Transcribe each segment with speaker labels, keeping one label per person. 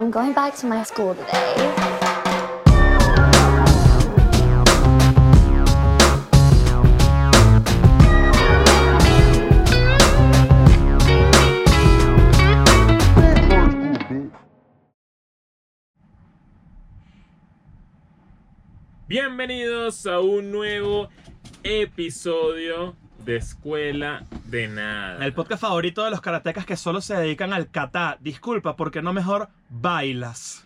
Speaker 1: I'm going back to my school today.
Speaker 2: Bienvenidos a un nuevo episodio de Escuela de Nada.
Speaker 3: El podcast favorito de los karatecas que solo se dedican al kata. Disculpa, porque no mejor bailas?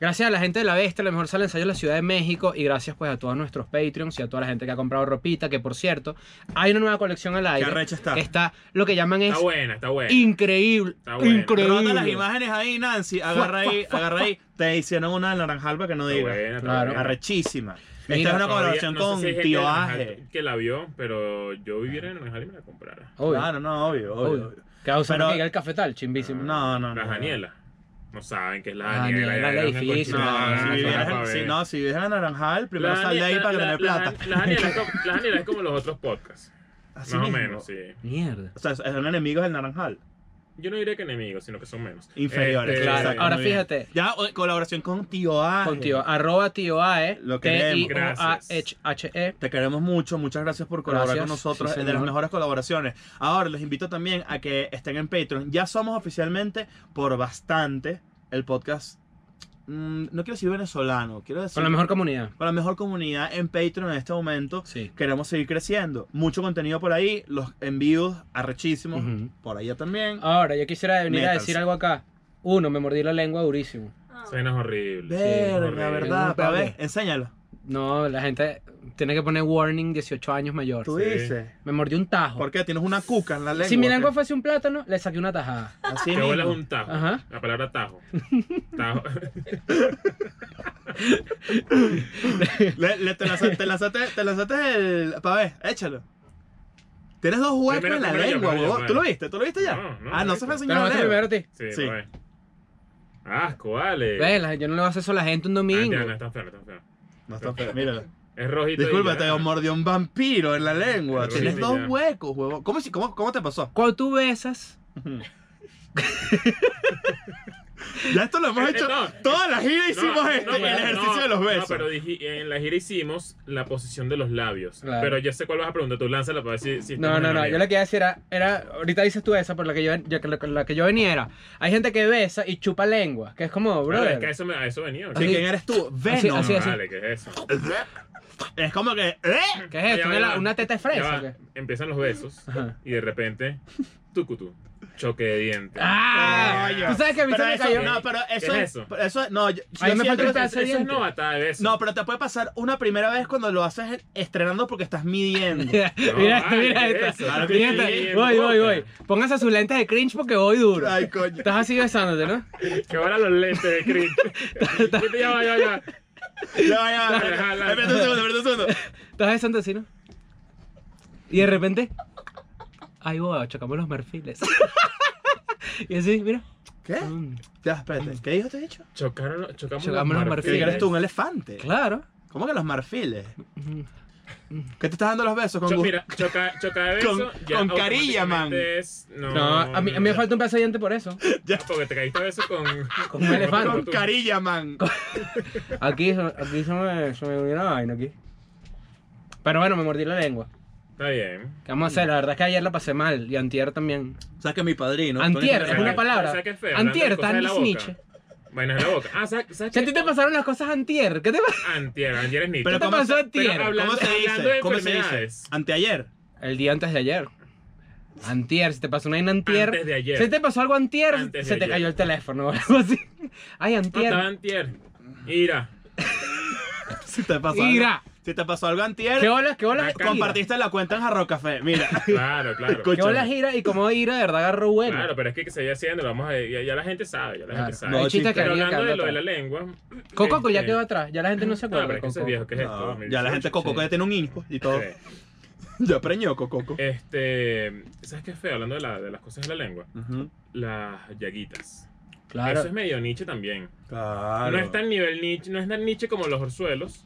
Speaker 4: Gracias a la gente de la Bestia, la mejor sala de ensayo de la Ciudad de México. Y gracias pues a todos nuestros Patreons y a toda la gente que ha comprado ropita. Que por cierto, hay una nueva colección al
Speaker 3: Qué
Speaker 4: aire.
Speaker 3: arrecha está.
Speaker 4: Está lo que llaman es
Speaker 2: Está buena, está buena.
Speaker 4: increíble.
Speaker 2: Está buena.
Speaker 3: Ronda las
Speaker 4: Increíble.
Speaker 3: imágenes ahí, Nancy. Agarra ahí, agarra ahí. Te hicieron una de naranjal para que no
Speaker 2: Está
Speaker 3: digas.
Speaker 2: buena, está
Speaker 4: Claro.
Speaker 2: buena.
Speaker 3: Arrechísima.
Speaker 4: Mira,
Speaker 3: Esta es una
Speaker 2: Todavía-
Speaker 3: colaboración
Speaker 2: no sé
Speaker 3: con
Speaker 2: si hay gente de
Speaker 3: Tío
Speaker 2: Naranjal
Speaker 3: Aje.
Speaker 2: Que la vio, pero yo viviera en Naranjal y me la comprara.
Speaker 4: Obvio,
Speaker 3: Claro, no, obvio, obvio.
Speaker 4: obvio.
Speaker 3: obvio.
Speaker 4: Causa
Speaker 3: Pero-
Speaker 4: que llega el cafetal, chimbísimo.
Speaker 3: No, no, no.
Speaker 2: Las Daniela. No saben qué es la
Speaker 4: La
Speaker 2: Daniela.
Speaker 4: Daniela,
Speaker 2: ya,
Speaker 4: la
Speaker 2: ya, ya,
Speaker 4: difícil,
Speaker 2: no,
Speaker 4: la
Speaker 2: no, no,
Speaker 4: Daniela,
Speaker 3: Si vivieras
Speaker 2: no,
Speaker 3: en,
Speaker 2: no,
Speaker 3: si,
Speaker 2: no,
Speaker 3: no, si vives en Naranjal, primero
Speaker 2: La
Speaker 3: sal de ahí
Speaker 2: Daniela-
Speaker 3: para
Speaker 2: la-
Speaker 3: tener
Speaker 2: la-
Speaker 3: plata.
Speaker 2: la- Las Daniela es como- las Daniela es como los otros podcasts.
Speaker 3: Así
Speaker 2: Más o
Speaker 3: mismo.
Speaker 2: menos, sí.
Speaker 4: Mierda.
Speaker 3: O sea, son enemigos del Naranjal.
Speaker 2: Yo no diría que enemigos, sino que son menos.
Speaker 3: Inferiores.
Speaker 2: Este,
Speaker 4: Claro.
Speaker 3: exacto,
Speaker 4: Ahora
Speaker 3: muy bien.
Speaker 4: fíjate.
Speaker 3: Ya, o- colaboración con Tío Aje.
Speaker 4: Con tío, arroba tío AE.
Speaker 3: Lo queremos.
Speaker 4: T-I-O-A-H-H-E.
Speaker 3: Te queremos mucho, muchas gracias por colaborar
Speaker 4: Gracias,
Speaker 3: con nosotros.
Speaker 4: sí,
Speaker 3: es de
Speaker 4: señor.
Speaker 3: las mejores colaboraciones. Ahora les invito también a que estén en Patreon. Ya somos oficialmente por bastante el podcast. mm, no quiero decir venezolano, quiero decir
Speaker 4: Con la mejor comunidad.
Speaker 3: con la mejor comunidad en Patreon en este momento.
Speaker 4: Sí.
Speaker 3: Queremos seguir creciendo. Mucho contenido por ahí, los envíos arrechísimos
Speaker 4: Ujú. Ah,
Speaker 3: por allá también.
Speaker 4: Ahora, yo quisiera venir a
Speaker 3: Métanse.
Speaker 4: decir algo acá. Uno, me mordí la lengua durísimo.
Speaker 2: Suena horrible.
Speaker 3: Verga,
Speaker 2: horrible.
Speaker 3: verdad,
Speaker 4: Un
Speaker 3: pa' ver,
Speaker 4: pedazo.
Speaker 3: enséñalo.
Speaker 4: No, la gente tiene que poner warning 18 años mayor.
Speaker 3: Tú
Speaker 2: Sí.
Speaker 3: dices.
Speaker 4: Me mordió un tajo.
Speaker 3: ¿Por qué? Tienes una cuca en la lengua.
Speaker 4: si mi
Speaker 3: ¿qué?
Speaker 4: lengua fuese un plátano, le saqué una tajada.
Speaker 3: Así
Speaker 2: Te vuelas
Speaker 3: mismo.
Speaker 2: un tajo.
Speaker 4: Ajá.
Speaker 2: La palabra tajo. Tajo.
Speaker 3: Le, le- te, lanzaste, te, lanzaste, te lanzaste el. Pa' ver, échalo. Tienes dos huecos
Speaker 2: Primero,
Speaker 3: en la
Speaker 2: primero yo,
Speaker 3: lengua,
Speaker 2: primero yo,
Speaker 3: huevón.
Speaker 2: bueno.
Speaker 3: ¿Tú lo viste? ¿Tú lo viste ya?
Speaker 2: No, no,
Speaker 3: ah, no
Speaker 2: marico.
Speaker 3: se fue
Speaker 4: Te lo
Speaker 3: enseñar
Speaker 4: metes primero a ti.
Speaker 2: Sí,
Speaker 3: Sí.
Speaker 2: pues. Asco, vale.
Speaker 4: Ve, la- yo no le voy a hacer eso a la gente un
Speaker 2: Ah,
Speaker 4: domingo.
Speaker 2: ya, no, está feo, está feo.
Speaker 3: No está feo, míralo.
Speaker 2: Es rojito.
Speaker 3: Disculpa,
Speaker 2: y
Speaker 3: te
Speaker 2: ya. Eh,
Speaker 3: mordió un vampiro en la lengua.
Speaker 2: Pero
Speaker 3: Tienes
Speaker 2: sí,
Speaker 3: dos
Speaker 2: ya.
Speaker 3: huecos, huevón. ¿Cómo, si- cómo, ¿Cómo te pasó?
Speaker 4: Cuando tú besas,
Speaker 3: ya esto lo hemos
Speaker 2: Eh,
Speaker 3: hecho.
Speaker 2: no.
Speaker 3: Toda la gira
Speaker 2: No,
Speaker 3: hicimos
Speaker 2: no,
Speaker 3: este,
Speaker 2: pero-
Speaker 3: el ejercicio
Speaker 2: no,
Speaker 3: de los
Speaker 2: No,
Speaker 3: besos.
Speaker 2: pero dije- en la gira hicimos la posición de los labios.
Speaker 4: Claro.
Speaker 2: Pero yo sé cuál vas a preguntar. Tú lánzala para ver si. si
Speaker 4: No,
Speaker 2: estamos
Speaker 4: no,
Speaker 2: en la
Speaker 4: no. Yo
Speaker 2: misma.
Speaker 4: la que iba a decir era, era- ahorita dices tú esa, por la que yo, yo- la, la que yo venía era. Hay gente que besa y chupa lengua, que es como,
Speaker 2: Claro, es que a
Speaker 4: brother.
Speaker 2: eso, me- a eso venía. ¿o
Speaker 3: Sí,
Speaker 2: qué?
Speaker 4: así-
Speaker 3: ¿Quién eres tú?
Speaker 4: así-
Speaker 3: Venom. Eh,
Speaker 4: así-
Speaker 2: No,
Speaker 4: así.
Speaker 2: vale, ¿qué es eso? Ah,
Speaker 3: Es como que. ¿Eh?
Speaker 4: ¿Qué es
Speaker 2: Ya
Speaker 4: esto?
Speaker 2: va,
Speaker 4: ¿Una,
Speaker 2: ya
Speaker 4: la-
Speaker 2: va.
Speaker 4: una teta de
Speaker 2: Ya
Speaker 4: fresa?
Speaker 2: va,
Speaker 4: o qué?
Speaker 2: Empiezan los besos
Speaker 4: Ajá.
Speaker 2: y de repente, tucutú, choque de dientes.
Speaker 4: ¡Ah!
Speaker 3: Coño.
Speaker 4: ¿Tú sabes que a mí se
Speaker 3: Pero
Speaker 4: me
Speaker 3: eso-
Speaker 4: cayó?
Speaker 3: No, pero eso
Speaker 2: ¿Qué
Speaker 3: es.
Speaker 2: es eso?
Speaker 3: Eso es- no, yo, yo
Speaker 4: Ahí me
Speaker 3: siento
Speaker 4: falta el
Speaker 3: que-
Speaker 4: pedazo
Speaker 2: Eso
Speaker 4: de
Speaker 2: es
Speaker 4: diente.
Speaker 2: novatada de besos.
Speaker 3: No, pero te puede pasar una primera vez cuando lo haces estrenando porque estás midiendo.
Speaker 2: No,
Speaker 4: mira esto,
Speaker 2: vale,
Speaker 4: mira
Speaker 2: ¿qué es
Speaker 4: esto.
Speaker 2: eso?
Speaker 3: Claro que
Speaker 4: Mira
Speaker 2: sí,
Speaker 4: esta.
Speaker 2: en
Speaker 4: Voy, voy,
Speaker 2: boca.
Speaker 4: voy. Póngase su lente de cringe porque voy duro.
Speaker 3: Ay, coño.
Speaker 4: Estás así besándote, ¿no?
Speaker 2: Que ahora los lentes de cringe. Vete, ya va, ya va, ya va.
Speaker 3: Ya, va, ya, va.
Speaker 2: Dale, dale.
Speaker 3: Espérate un segundo, espérate un segundo.
Speaker 4: Estás besando así, ¿no? Y de repente. Ay, wow, chocamos los marfiles. y así, mira.
Speaker 3: ¿Qué?
Speaker 4: Mm,
Speaker 3: Ya, espérate. ¿Qué dijo este dicho?
Speaker 2: Chocaron, los- chocamos,
Speaker 4: Chocamos los
Speaker 3: ¿Qué
Speaker 4: Sí,
Speaker 3: eres tú,
Speaker 2: Cho-
Speaker 3: un elefante?
Speaker 4: claro.
Speaker 3: ¿Cómo que los marfiles? ¿Qué te estás dando los besos con gu-
Speaker 2: Mm. mira, choca, choca de besos.
Speaker 3: Con- con carilla, man.
Speaker 2: No,
Speaker 4: No, a mí, a mí me falta un pedazo de diente por eso.
Speaker 2: Ya, porque te caíste a besos con.
Speaker 4: Con un elefante.
Speaker 3: Con carilla, man.
Speaker 4: Aquí, se- aquí se me, se me unió una vaina aquí. Pero bueno, me mordí la lengua.
Speaker 2: Está bien.
Speaker 4: ¿Qué vamos a hacer? La verdad es que ayer la pasé mal y antier también.
Speaker 3: ¿Sabes que mi padrino?
Speaker 4: antier,
Speaker 3: Tony
Speaker 4: es
Speaker 2: ¿Sabes-
Speaker 4: una
Speaker 3: Fernández,
Speaker 4: palabra.
Speaker 2: sabes qué es feo?
Speaker 4: Antier,
Speaker 2: Hablando de
Speaker 4: tan
Speaker 2: cosas de la boca.
Speaker 4: Nietzsche.
Speaker 2: Vainas de la boca. Ah, ¿sabes, sabes
Speaker 4: Si a ti te pasaron las cosas antier, ¿qué te pasa?
Speaker 2: Antier, antier es Nietzsche.
Speaker 3: Pero
Speaker 4: ¿Qué te
Speaker 3: ¿cómo
Speaker 4: pasó
Speaker 3: se-
Speaker 4: antier?
Speaker 2: pero habla-
Speaker 3: ¿Cómo se
Speaker 2: Hablando- hablando
Speaker 3: dice?
Speaker 2: de
Speaker 3: ¿Cómo se dice?
Speaker 2: enfermedades.
Speaker 3: Anteayer.
Speaker 4: El día antes de ayer. Antier, si te pasó una vaina antier.
Speaker 2: Antes de ayer.
Speaker 4: Si te pasó algo antier,
Speaker 2: Antes de
Speaker 4: se te
Speaker 2: ayer.
Speaker 4: cayó el teléfono o algo así. Ay,
Speaker 2: No, Ah, estaba
Speaker 4: antier.
Speaker 2: antier. Ira.
Speaker 3: Si te pasó
Speaker 4: Mira.
Speaker 3: algo. Si te pasó algo antier,
Speaker 4: ¿Qué olas, qué olas?
Speaker 2: Acá.
Speaker 4: Ira?
Speaker 3: compartiste la cuenta en Jarro Café. Mira.
Speaker 2: Claro, claro.
Speaker 3: Escucha.
Speaker 4: ¿Qué olas gira? Y como ira, de verdad agarró bueno.
Speaker 2: Claro, pero es que, que se vaya haciendo, vamos a, ya, ya la gente sabe, ya la
Speaker 4: Claro.
Speaker 2: gente sabe.
Speaker 3: No,
Speaker 4: Hay
Speaker 3: chiste.
Speaker 4: chistes que
Speaker 2: pero
Speaker 4: había que
Speaker 2: hablando de
Speaker 4: hablar
Speaker 2: lo de la
Speaker 4: atrás.
Speaker 2: lengua.
Speaker 4: Coco ya
Speaker 2: este,
Speaker 4: quedó atrás, ya la gente no se
Speaker 2: No,
Speaker 4: acuerda.
Speaker 2: pero es que
Speaker 4: de
Speaker 2: ese
Speaker 4: Coco.
Speaker 2: viejo, ¿qué es esto?
Speaker 3: No, ya la gente
Speaker 2: 2018.
Speaker 3: Coco que tiene un hijo y todo.
Speaker 2: Sí.
Speaker 3: Ya preñó Coco.
Speaker 2: Este, ¿sabes qué es feo? Hablando de, la- de las cosas de la lengua,
Speaker 3: Ujú.
Speaker 2: las llaguitas.
Speaker 4: Claro.
Speaker 2: Eso es medio niche también.
Speaker 3: Claro.
Speaker 2: No es tan nivel niche, no es tan niche como los orzuelos,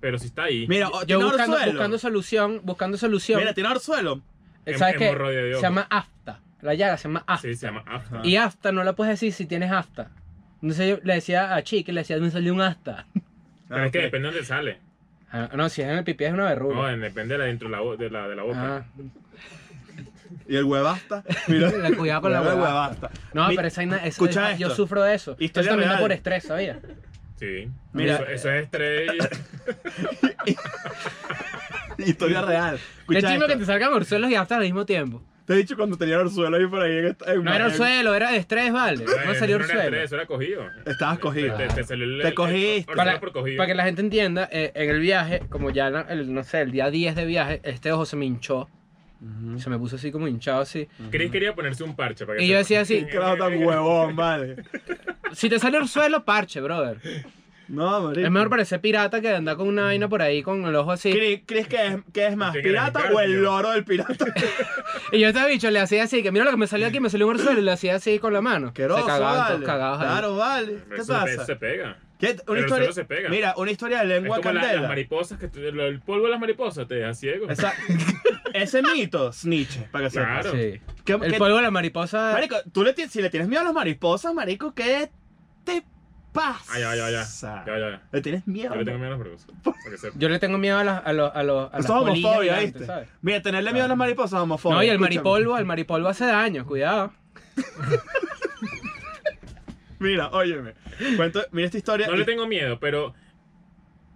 Speaker 2: pero sí está ahí.
Speaker 3: Mira, oh,
Speaker 4: Yo
Speaker 3: tiene
Speaker 4: buscando,
Speaker 3: orzuelo.
Speaker 4: buscando solución, buscando solución.
Speaker 3: Mira, tiene Ah, orzuelo.
Speaker 4: Eh, ¿Sabes
Speaker 2: Hem-
Speaker 4: qué?
Speaker 2: hemorroide de
Speaker 4: Se
Speaker 2: ojo.
Speaker 4: llama afta. La llaga se llama afta.
Speaker 2: Sí, se llama afta.
Speaker 4: Y afta no la puedes decir si tienes afta. Entonces yo le decía a Chiqui, le decía, me salió un afta.
Speaker 2: Pero es que depende de dónde sale.
Speaker 4: Ah, no, si es en el pipí es una
Speaker 2: No,
Speaker 4: verruga.
Speaker 2: en- depende de la dentro de la, bo- de la, de la boca.
Speaker 4: Ah,
Speaker 3: Y el huevasta. Mira.
Speaker 4: La- cuidado con la
Speaker 3: Mira el
Speaker 4: huevasta. no,
Speaker 3: Mi-
Speaker 4: pero esa, esa-
Speaker 3: Escucha
Speaker 4: yo
Speaker 3: esto.
Speaker 4: sufro de eso. Esto
Speaker 3: Historia
Speaker 4: también da
Speaker 3: real.
Speaker 4: por estrés, ¿sabías?
Speaker 2: Sí.
Speaker 3: Mira.
Speaker 2: eso, eso es estrella.
Speaker 3: Historia real.
Speaker 4: Qué
Speaker 3: Escucha
Speaker 4: chingo que
Speaker 3: esto.
Speaker 4: te salgan orzuelos y afta al mismo tiempo.
Speaker 3: Te he dicho cuando tenía orzuelo ahí por ahí. en esta- en-
Speaker 4: No era
Speaker 3: en-
Speaker 4: orzuelo, era de estrés, ¿vale? No salió orzuelo.
Speaker 2: Eso era cogido.
Speaker 3: Estabas cogido.
Speaker 2: Te, te, te salió el-
Speaker 3: Te
Speaker 2: el-
Speaker 3: cogiste.
Speaker 2: orzuelo
Speaker 4: Para,
Speaker 2: por cogido.
Speaker 4: para que la gente entienda, eh, en el viaje, como ya, la- el, no sé, el día 10 de viaje, este ojo se me hinchó.
Speaker 3: Ujú.
Speaker 4: Se me puso así como hinchado, así.
Speaker 2: Chris quería ponerse un parche. Para que
Speaker 4: Y
Speaker 2: se-
Speaker 4: yo decía así,
Speaker 3: Claro, tan huevón, vale.
Speaker 4: Si te sale orzuelo, parche, brother.
Speaker 3: No, marico.
Speaker 4: Es mejor parecer pirata que andar con una vaina por ahí con el ojo así.
Speaker 3: ¿Crees, crees que, es, que es más
Speaker 2: Sí, que
Speaker 3: pirata
Speaker 2: era mi
Speaker 3: o el
Speaker 2: cardio.
Speaker 3: loro del pirata?
Speaker 4: Y yo a este bicho le hacía así, que mira lo que me salió aquí, me salió un orzuelo y le hacía así con la mano. Se
Speaker 3: Asqueroso,
Speaker 4: cagaban todos
Speaker 3: vale.
Speaker 4: cagados ahí.
Speaker 3: Claro, vale. ¿Qué
Speaker 2: Eso- eso
Speaker 3: pasa?
Speaker 2: se pega.
Speaker 3: ¿Qué-
Speaker 2: el
Speaker 3: una
Speaker 2: orzuelo
Speaker 3: historia,
Speaker 2: se pega.
Speaker 3: Mira, una historia de
Speaker 2: Es
Speaker 3: lengua
Speaker 2: como la- las
Speaker 3: candela.
Speaker 2: mariposas, que te- lo- el polvo de las mariposas te deja ciego.
Speaker 3: Esa- ese mito, snitch, para que sepas.
Speaker 2: Claro.
Speaker 4: Sí.
Speaker 3: ¿Qué-
Speaker 4: El
Speaker 3: qué-
Speaker 4: polvo de la mariposa.
Speaker 3: Marico, tú le tienes- si le tienes miedo a las mariposas, marico, ¿qué te pasa?
Speaker 2: Ay, Ah, ya, ya, ya. Ya, ya, ya.
Speaker 3: Le tienes miedo.
Speaker 2: Yo le
Speaker 3: ¿no?
Speaker 2: tengo miedo a las mariposas. Para que sepa.
Speaker 4: Yo le tengo miedo a, las- a los. A los a las
Speaker 3: Eso es
Speaker 4: polillas
Speaker 3: homofobia,
Speaker 4: gigantes,
Speaker 3: ¿viste?
Speaker 4: ¿sabes?
Speaker 3: Mira, tenerle miedo a las mariposas es homofobia.
Speaker 4: No, y el
Speaker 3: escúchame.
Speaker 4: maripolvo, el maripolvo hace daño, cuidado.
Speaker 3: Mira, óyeme. Cuento- mira esta historia.
Speaker 2: No le tengo miedo, pero.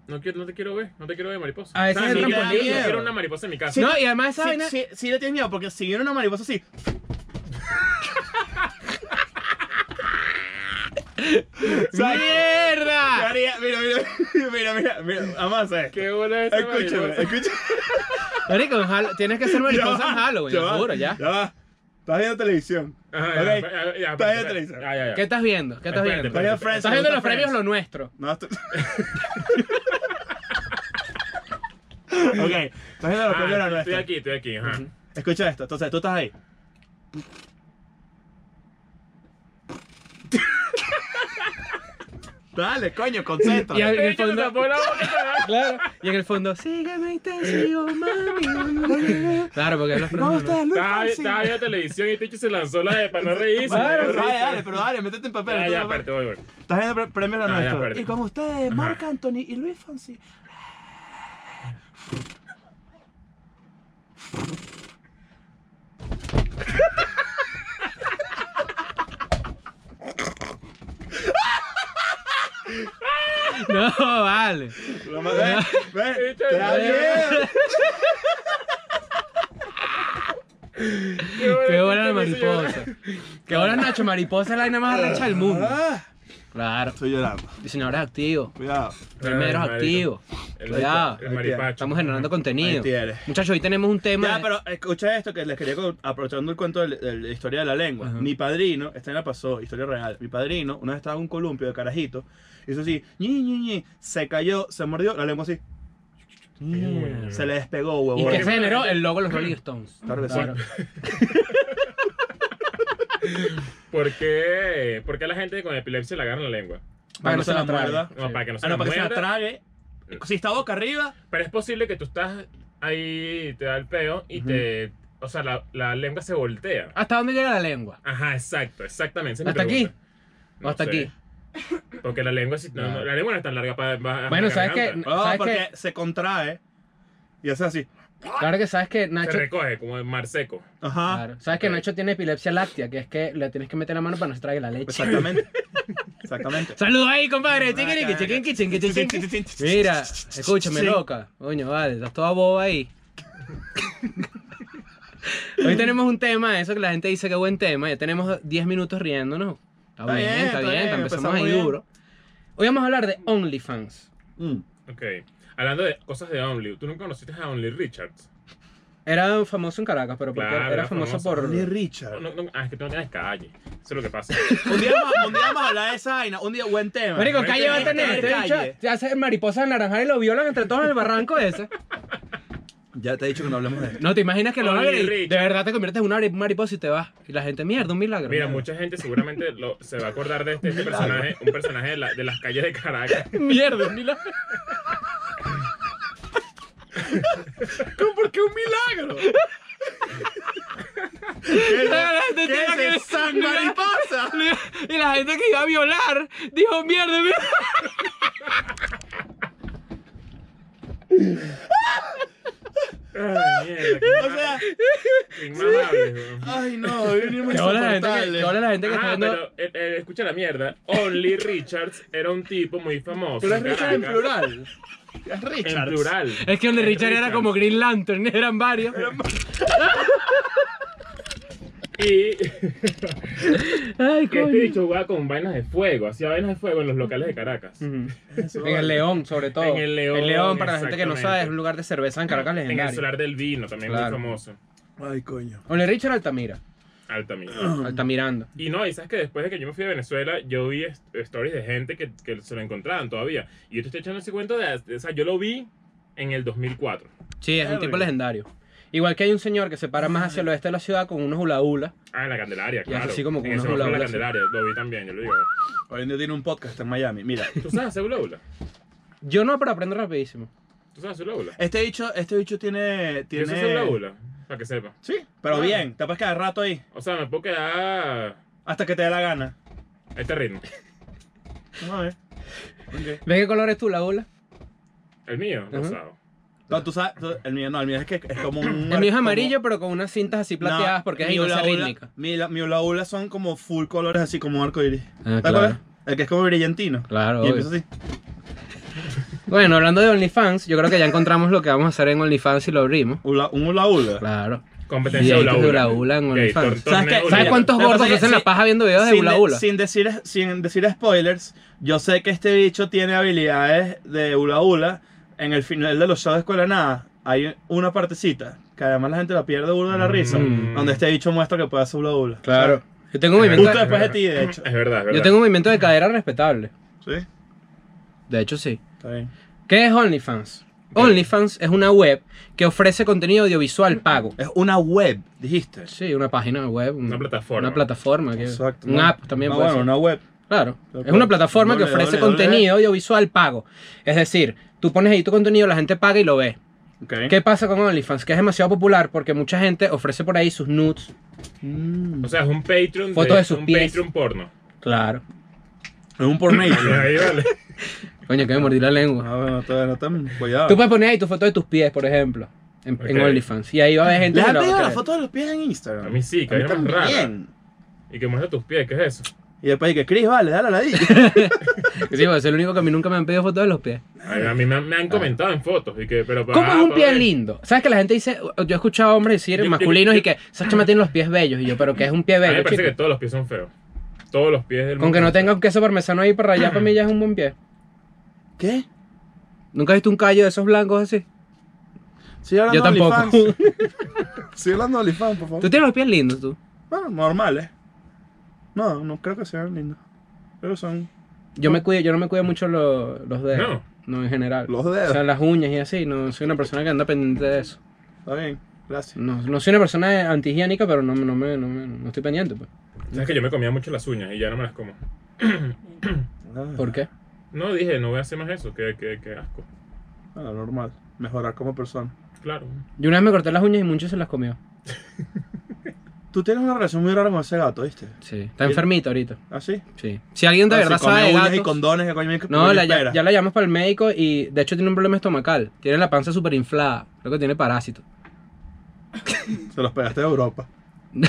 Speaker 2: No, quiero, no te quiero ver, no te quiero ver mariposa.
Speaker 4: A veces
Speaker 2: O sea,
Speaker 4: Ah, es
Speaker 2: no, quiero,
Speaker 4: trampolín.
Speaker 2: no quiero una mariposa en mi casa.
Speaker 3: Sí,
Speaker 4: no, y además esa
Speaker 3: Sí,
Speaker 4: vaina.
Speaker 3: sí, sí le tienes miedo, porque si viene una mariposa así. ¿Sabes? ¿Qué
Speaker 4: ¡Mierda!
Speaker 3: haría? Mira, mira, mira, mira, mira, vamos a hacer esto.
Speaker 2: Qué bola esa
Speaker 3: Escúchame,
Speaker 2: mariposa.
Speaker 3: escúchame.
Speaker 4: Marico, en Hall- tienes que ser
Speaker 3: Ya
Speaker 4: mariposa
Speaker 3: va,
Speaker 4: en Halloween,
Speaker 3: ya
Speaker 4: lo
Speaker 3: va,
Speaker 4: juro, ya.
Speaker 3: Ya va. Estás viendo televisión.
Speaker 2: Ajá,
Speaker 3: Ok.
Speaker 2: ya, ya, ya, pues,
Speaker 3: Está bien,
Speaker 2: ya, Ah,
Speaker 3: Teresa.
Speaker 2: ya, ya, ya.
Speaker 4: ¿Qué estás viendo? ¿Qué estás
Speaker 2: Espérate,
Speaker 4: viendo?
Speaker 3: Estás viendo Friends.
Speaker 4: Estás
Speaker 3: ¿Te
Speaker 4: viendo
Speaker 3: gusta
Speaker 4: los premios
Speaker 3: Friends?
Speaker 4: lo nuestro.
Speaker 3: No, esto- ok, estás viendo los
Speaker 2: Ah,
Speaker 3: premios lo
Speaker 2: estoy
Speaker 3: nuestro.
Speaker 2: aquí, estoy aquí. Ajá.
Speaker 3: Escucha esto, entonces tú estás ahí. Dale, coño, concentra.
Speaker 4: Y en
Speaker 2: Ey,
Speaker 4: el
Speaker 2: yo me
Speaker 4: fondo.
Speaker 2: tapó la boca.
Speaker 4: Claro. Y en el fondo, sígueme y te sigo, mami. Claro, porque los
Speaker 3: ¿Cómo
Speaker 4: premios. no.
Speaker 3: estás, Luis?
Speaker 2: Estaba
Speaker 3: Fonsi?
Speaker 2: estaba viendo televisión y Ticho se lanzó la de para no reírse.
Speaker 4: Claro,
Speaker 2: no
Speaker 3: Dale,
Speaker 2: reírse.
Speaker 3: dale, pero dale, métete en papel.
Speaker 2: Ya,
Speaker 3: métete
Speaker 2: ya,
Speaker 3: en papel.
Speaker 2: aparte, voy, voy.
Speaker 3: Estás viendo pre- premios lo
Speaker 2: Ah, ya,
Speaker 3: nuestros.
Speaker 2: espérate.
Speaker 3: Y como ustedes,
Speaker 2: Ajá.
Speaker 3: Marc Anthony y Luis Fonsi.
Speaker 4: No, vale.
Speaker 3: Lo más ve,
Speaker 2: Echa
Speaker 3: ve, Eh, te
Speaker 2: el
Speaker 3: da
Speaker 2: video.
Speaker 3: miedo.
Speaker 4: Qué
Speaker 2: bola
Speaker 4: buena la
Speaker 2: Ticho, que hizo
Speaker 4: mariposa.
Speaker 2: llorar.
Speaker 4: Qué buena Nacho, mariposa es la vaina más arrecha del mundo.
Speaker 3: Ah,
Speaker 4: Claro.
Speaker 3: Estoy llorando.
Speaker 4: Diseñadores activos,
Speaker 3: Cuidado.
Speaker 2: Ay,
Speaker 4: primeros
Speaker 2: marico.
Speaker 4: activos.
Speaker 2: El-
Speaker 4: Cuidado.
Speaker 2: El maripacho.
Speaker 4: Estamos generando
Speaker 3: Ahí
Speaker 4: contenido.
Speaker 3: tienes.
Speaker 4: Muchachos, hoy tenemos un tema.
Speaker 3: Ya, pero escucha esto que les quería co- aprovechando el cuento de la- de la historia de la lengua.
Speaker 4: Ajá.
Speaker 3: Mi padrino, esta me la pasó, historia real. Mi padrino, una vez estaba en un columpio de carajito, hizo así, ñi, ñi, ñi, se cayó, se mordió, la lengua así,
Speaker 4: Mierda.
Speaker 3: se le despegó, huevón.
Speaker 4: ¿Y que Mm. se generó? El logo de los Rolling Stones.
Speaker 3: Claro que sí.
Speaker 2: ¿Por qué? ¿Por qué a la gente con epilepsia le agarran la lengua?
Speaker 3: Para que no se la
Speaker 4: trague.
Speaker 3: muerda.
Speaker 2: No,
Speaker 4: Sí.
Speaker 2: para que no se
Speaker 3: Ah, no,
Speaker 2: la
Speaker 3: para que se la
Speaker 2: muerda.
Speaker 3: trague. Si está boca arriba,
Speaker 2: Pero es posible que tú estás ahí, te da el peo y
Speaker 3: Ujú.
Speaker 2: te. O sea, la, la lengua se voltea.
Speaker 4: ¿Hasta dónde llega la lengua?
Speaker 2: Ajá, exacto, exactamente. esa es mi
Speaker 4: ¿Hasta aquí?
Speaker 2: pregunta.
Speaker 4: ¿O hasta
Speaker 2: sé.
Speaker 4: aquí?
Speaker 2: Porque la lengua, si, no, no,
Speaker 4: Claro.
Speaker 2: la lengua no es tan larga para. para-
Speaker 4: Bueno,
Speaker 2: para
Speaker 4: ¿sabes qué?
Speaker 2: garganta.
Speaker 3: oh,
Speaker 4: ¿Sabes
Speaker 3: porque se contrae y hace así.
Speaker 4: Claro que sabes que
Speaker 2: Se
Speaker 4: Nacho.
Speaker 2: recoge como el mar seco.
Speaker 3: Ajá.
Speaker 4: Claro. Sabes que Nacho tiene epilepsia láctea, que es que le tienes que meter la mano para que no se trague la leche.
Speaker 3: Exactamente. Exactamente.
Speaker 4: Saludos ahí, compadre. Chiquiriqui,
Speaker 3: Acá,
Speaker 4: chiquinqui,
Speaker 3: acá.
Speaker 4: chiquinqui, chiquinqui. Mira, escúchame,
Speaker 3: Sí.
Speaker 4: loca. Coño, vale, estás toda boba ahí. Hoy tenemos un tema, eso que la gente dice que buen tema. Ya tenemos 10 minutos riéndonos. Está,
Speaker 3: Está bien,
Speaker 4: bien,
Speaker 3: está
Speaker 4: está bien,
Speaker 3: bien,
Speaker 4: empezamos
Speaker 3: empezamos
Speaker 4: ahí
Speaker 3: bien.
Speaker 4: duro. Hoy vamos a hablar de OnlyFans.
Speaker 3: Mm.
Speaker 2: Ok. Hablando de cosas de Only, ¿tú nunca conociste a Only Richards?
Speaker 4: Era famoso en Caracas, pero porque
Speaker 2: Claro,
Speaker 4: era
Speaker 2: era
Speaker 4: famoso,
Speaker 2: famoso.
Speaker 4: por.
Speaker 3: Only Richard.
Speaker 2: No, no, ah, es que tú no tienes calle. Eso es lo que pasa.
Speaker 3: Un día, vamos, un día vamos a hablar de esa vaina. Un día, buen tema.
Speaker 4: Marico,
Speaker 2: Vete,
Speaker 4: calle va a
Speaker 2: vete,
Speaker 4: tener.
Speaker 3: vete,
Speaker 4: Este bicho
Speaker 3: calle.
Speaker 4: se hace mariposa de naranja y lo violan entre todos en el barranco ese.
Speaker 3: Ya te he dicho que no hablemos de esto.
Speaker 4: No te imaginas que lo
Speaker 2: Only
Speaker 4: hagan y de
Speaker 2: rich.
Speaker 4: verdad te conviertes en una mari- mariposa y te vas. Y la gente, mierda, un milagro.
Speaker 2: Mira, mucha gente seguramente lo- se va a acordar de este, este personaje, un personaje de, la- de las calles de Caracas.
Speaker 4: Mierda, un milagro.
Speaker 3: ¿Por qué un milagro? ¿Qué,
Speaker 4: La gente
Speaker 3: ¿Qué
Speaker 4: tenía
Speaker 3: es
Speaker 4: que-
Speaker 3: el San Mariposa?
Speaker 4: Y la gente que iba a violar dijo, mierda, mierda.
Speaker 2: Ay, mierda, qué
Speaker 3: O
Speaker 2: ma-
Speaker 3: sea,
Speaker 2: qué inmamable, weón.
Speaker 3: ay no, venimos
Speaker 4: Que ahora la gente que, que ahora la gente que está
Speaker 2: Ah,
Speaker 4: viendo...
Speaker 2: pero eh, eh, escucha la mierda. Only Richards era un tipo muy famoso.
Speaker 4: Pero es
Speaker 2: en
Speaker 4: Richard en
Speaker 2: Caracas.
Speaker 4: plural.
Speaker 2: En
Speaker 3: Richard.
Speaker 2: plural.
Speaker 4: Es que donde
Speaker 2: Es
Speaker 4: Richard era como Green Lantern, eran varios.
Speaker 2: Y
Speaker 4: Ay,
Speaker 2: que este bicho jugaba con vainas de fuego. Hacía vainas de fuego en los locales de Caracas.
Speaker 4: Ujú. En el León, sobre todo.
Speaker 2: En el León,
Speaker 4: para la gente que no sabe, es un lugar de cerveza en Caracas
Speaker 2: En el
Speaker 4: legendario.
Speaker 2: solar del vino, también
Speaker 4: Claro.
Speaker 2: muy famoso.
Speaker 3: Ay, coño.
Speaker 4: Ole Richard Altamira.
Speaker 2: Altamira.
Speaker 4: Altamirando.
Speaker 2: Y no, y sabes que después de que yo me fui a Venezuela, yo vi est- stories de gente que, que se lo encontraban todavía. Y yo te estoy echando ese cuento de. O sea, yo lo vi en el 2004.
Speaker 4: Sí, es un
Speaker 3: Verga.
Speaker 4: tipo legendario. Igual que hay un señor que se para más hacia el oeste de la ciudad con unos hula hula.
Speaker 2: Ah, en la Candelaria,
Speaker 4: Y hace
Speaker 2: claro.
Speaker 4: así como con
Speaker 2: en el
Speaker 4: una
Speaker 2: semáforo de
Speaker 4: hula
Speaker 2: la
Speaker 4: hula,
Speaker 2: Candelaria, lo vi también, yo lo digo.
Speaker 3: Hoy en día tiene un podcast en Miami. Mira,
Speaker 2: ¿Tú sabes hacer hula hula?
Speaker 4: Yo no, pero aprendo rapidísimo.
Speaker 2: ¿Tú sabes hacer hula hula?
Speaker 3: este bicho, este bicho tiene.
Speaker 2: Yo
Speaker 3: tiene...
Speaker 2: sé hacer hula hula, para que sepa.
Speaker 3: Sí, pero
Speaker 2: Ah.
Speaker 3: bien, te puedes quedar rato ahí.
Speaker 2: O sea, me puedo quedar
Speaker 3: Hasta que te dé la gana.
Speaker 2: a este ritmo.
Speaker 3: Vamos a ver. Ok.
Speaker 4: ¿Ves qué color es tu hula hula?
Speaker 2: El mío,
Speaker 4: Ajá.
Speaker 2: rosado.
Speaker 3: No, tú sabes, tú- el mío no, el mío es que es como un.
Speaker 4: El mío es
Speaker 3: como-
Speaker 4: amarillo, pero con unas cintas así
Speaker 3: No,
Speaker 4: plateadas porque es
Speaker 3: mi
Speaker 4: iglesia
Speaker 3: hula hula-
Speaker 4: rítmica.
Speaker 3: Mi, la- mi hula hula son como full colores, así como un arco iris.
Speaker 4: Ah,
Speaker 3: ¿Te
Speaker 4: claro.
Speaker 3: acuerdas? El que es como brillantino.
Speaker 4: Claro,
Speaker 3: Y
Speaker 4: obvio.
Speaker 3: empieza así.
Speaker 4: Bueno, hablando de OnlyFans, yo creo que ya encontramos lo que vamos a hacer en OnlyFans y lo abrimos.
Speaker 3: Hula- un hula hula.
Speaker 4: Claro.
Speaker 2: Competencia de hula
Speaker 4: Videitos de
Speaker 2: hula.
Speaker 4: hula hula en
Speaker 2: Ok,
Speaker 4: OnlyFans.
Speaker 2: tor-
Speaker 4: ¿Sabes
Speaker 2: torneo
Speaker 3: qué?
Speaker 2: hula
Speaker 4: ¿Sabes
Speaker 2: hula.
Speaker 4: cuántos
Speaker 3: Lo que pasa
Speaker 4: gordos
Speaker 3: es que
Speaker 4: se hacen la
Speaker 3: sin-
Speaker 4: paja viendo videos de
Speaker 3: sin,
Speaker 4: hula
Speaker 3: de-
Speaker 4: hula?
Speaker 3: sin decir, sin decir spoilers, yo sé que este bicho tiene habilidades de hula hula. En el final de los shows de Escuela de Nada hay una partecita, que además la gente la pierde uno de la risa,
Speaker 2: Mm.
Speaker 3: donde este bicho muestra que puede hacer hula hula.
Speaker 4: Claro. Yo tengo un
Speaker 2: Es
Speaker 4: movimiento,
Speaker 3: Justo
Speaker 2: verdad,
Speaker 3: después de
Speaker 2: es
Speaker 3: ti, de
Speaker 2: verdad.
Speaker 3: hecho.
Speaker 2: Es verdad, es verdad.
Speaker 4: yo tengo un movimiento de cadera respetable.
Speaker 3: ¿Sí?
Speaker 4: De hecho, sí.
Speaker 3: Está bien.
Speaker 4: ¿Qué es OnlyFans? OnlyFans es una web que ofrece contenido audiovisual pago.
Speaker 3: Es una web, dijiste.
Speaker 4: Sí, una página web. un-
Speaker 2: Una plataforma.
Speaker 4: Una plataforma. que-
Speaker 3: Exacto.
Speaker 4: Un
Speaker 3: ¿no?
Speaker 4: app también
Speaker 3: Ah,
Speaker 4: puede
Speaker 3: bueno,
Speaker 4: ser.
Speaker 3: una web.
Speaker 4: Claro.
Speaker 3: Tal
Speaker 4: Es una
Speaker 3: cual.
Speaker 4: plataforma que
Speaker 3: Doble,
Speaker 4: ofrece
Speaker 3: doble, doble.
Speaker 4: contenido audiovisual pago. Es decir, tú pones ahí tu contenido, la gente paga y lo ve.
Speaker 3: Okay.
Speaker 4: ¿Qué pasa con OnlyFans? Que es demasiado popular porque mucha gente ofrece por ahí sus nudes.
Speaker 3: Mm.
Speaker 2: O sea, es un Patreon.
Speaker 4: Fotos de sus
Speaker 2: un
Speaker 4: pies.
Speaker 2: Patreon porno.
Speaker 4: Claro.
Speaker 3: Es un pornation.
Speaker 2: Ahí vale.
Speaker 4: Coño, que me mordí la lengua.
Speaker 3: Ah, bueno, no te, no te- cuidado.
Speaker 4: Tú puedes poner ahí tu foto de tus pies, por ejemplo, en, en
Speaker 2: Ok.
Speaker 4: OnlyFans. Y ahí va a haber gente
Speaker 3: ¿Les
Speaker 4: que
Speaker 3: han
Speaker 4: lo va a
Speaker 3: pedido la
Speaker 4: querer.
Speaker 3: foto de los pies en Instagram?
Speaker 2: A mí sí, que era más rara.
Speaker 3: también.
Speaker 2: Y que muestra tus pies, ¿qué es eso?
Speaker 3: Y después dije, Chris, vale, dale a la ladilla.
Speaker 4: Sí, porque es el único que a mí nunca me han pedido fotos de los pies.
Speaker 2: A a mí me, han- me han comentado en fotos. Y que, pero,
Speaker 4: ¿Cómo
Speaker 2: ah,
Speaker 4: es un
Speaker 2: pa'
Speaker 4: pie
Speaker 2: ver.
Speaker 4: lindo? ¿Sabes que la gente dice, "Oh, yo he escuchado a hombres decir
Speaker 2: Yo- yo-
Speaker 4: masculinos
Speaker 2: yo-
Speaker 4: y que esa chama tiene los pies bellos? Y yo, ¿pero qué es un pie
Speaker 2: A mí me
Speaker 4: bello,
Speaker 2: parece que
Speaker 4: chico?
Speaker 2: todos los pies son feos. Todos los pies del
Speaker 4: Con que no tenga un queso parmesano ahí para rayar, para mí ya es un buen pie.
Speaker 3: ¿Qué?
Speaker 4: ¿Nunca has visto un callo de esos blancos así?
Speaker 3: Sí, hablando
Speaker 4: Yo
Speaker 3: de
Speaker 4: tampoco.
Speaker 3: OnlyFans. Sí, hablando de OnlyFans, por
Speaker 4: Tú
Speaker 3: favor.
Speaker 4: tienes los pies lindos, tú.
Speaker 3: Bueno, normales. No, no creo que sean lindos. Pero son
Speaker 4: Yo, me cuido, yo no me cuido mucho lo- los dedos.
Speaker 2: No.
Speaker 4: No, en general.
Speaker 3: los
Speaker 4: O
Speaker 3: dedos.
Speaker 4: sea, las uñas y así. No soy una persona que anda pendiente de eso.
Speaker 3: Está bien, gracias.
Speaker 4: No, no soy una persona antihigiénica, pero no, no, me, no, me- no estoy pendiente. Pues.
Speaker 2: Sabes que yo me comía mucho las uñas y ya no me las como.
Speaker 3: Ah,
Speaker 4: ¿Por qué?
Speaker 2: No, dije, no voy a hacer más eso. Qué, qué, qué asco.
Speaker 3: Bueno, ah, normal. Mejorar como persona.
Speaker 2: Claro.
Speaker 4: Yo una vez me corté las uñas y muchos se las comió.
Speaker 3: Tú tienes una relación muy rara con ese gato, ¿viste?
Speaker 4: Sí. Está enfermita ahorita.
Speaker 3: ¿Así?
Speaker 4: Sí. Si alguien de
Speaker 3: Ah,
Speaker 4: verdad
Speaker 3: se come
Speaker 4: sabe de
Speaker 3: uñas y
Speaker 4: gatos-
Speaker 3: condones, que coño,
Speaker 4: No, la- ya,
Speaker 3: espera.
Speaker 4: ya la llamas para el médico y de hecho tiene un problema estomacal. Tiene la panza súper inflada. Creo que tiene parásito.
Speaker 3: Se los pegaste de Europa.
Speaker 4: no,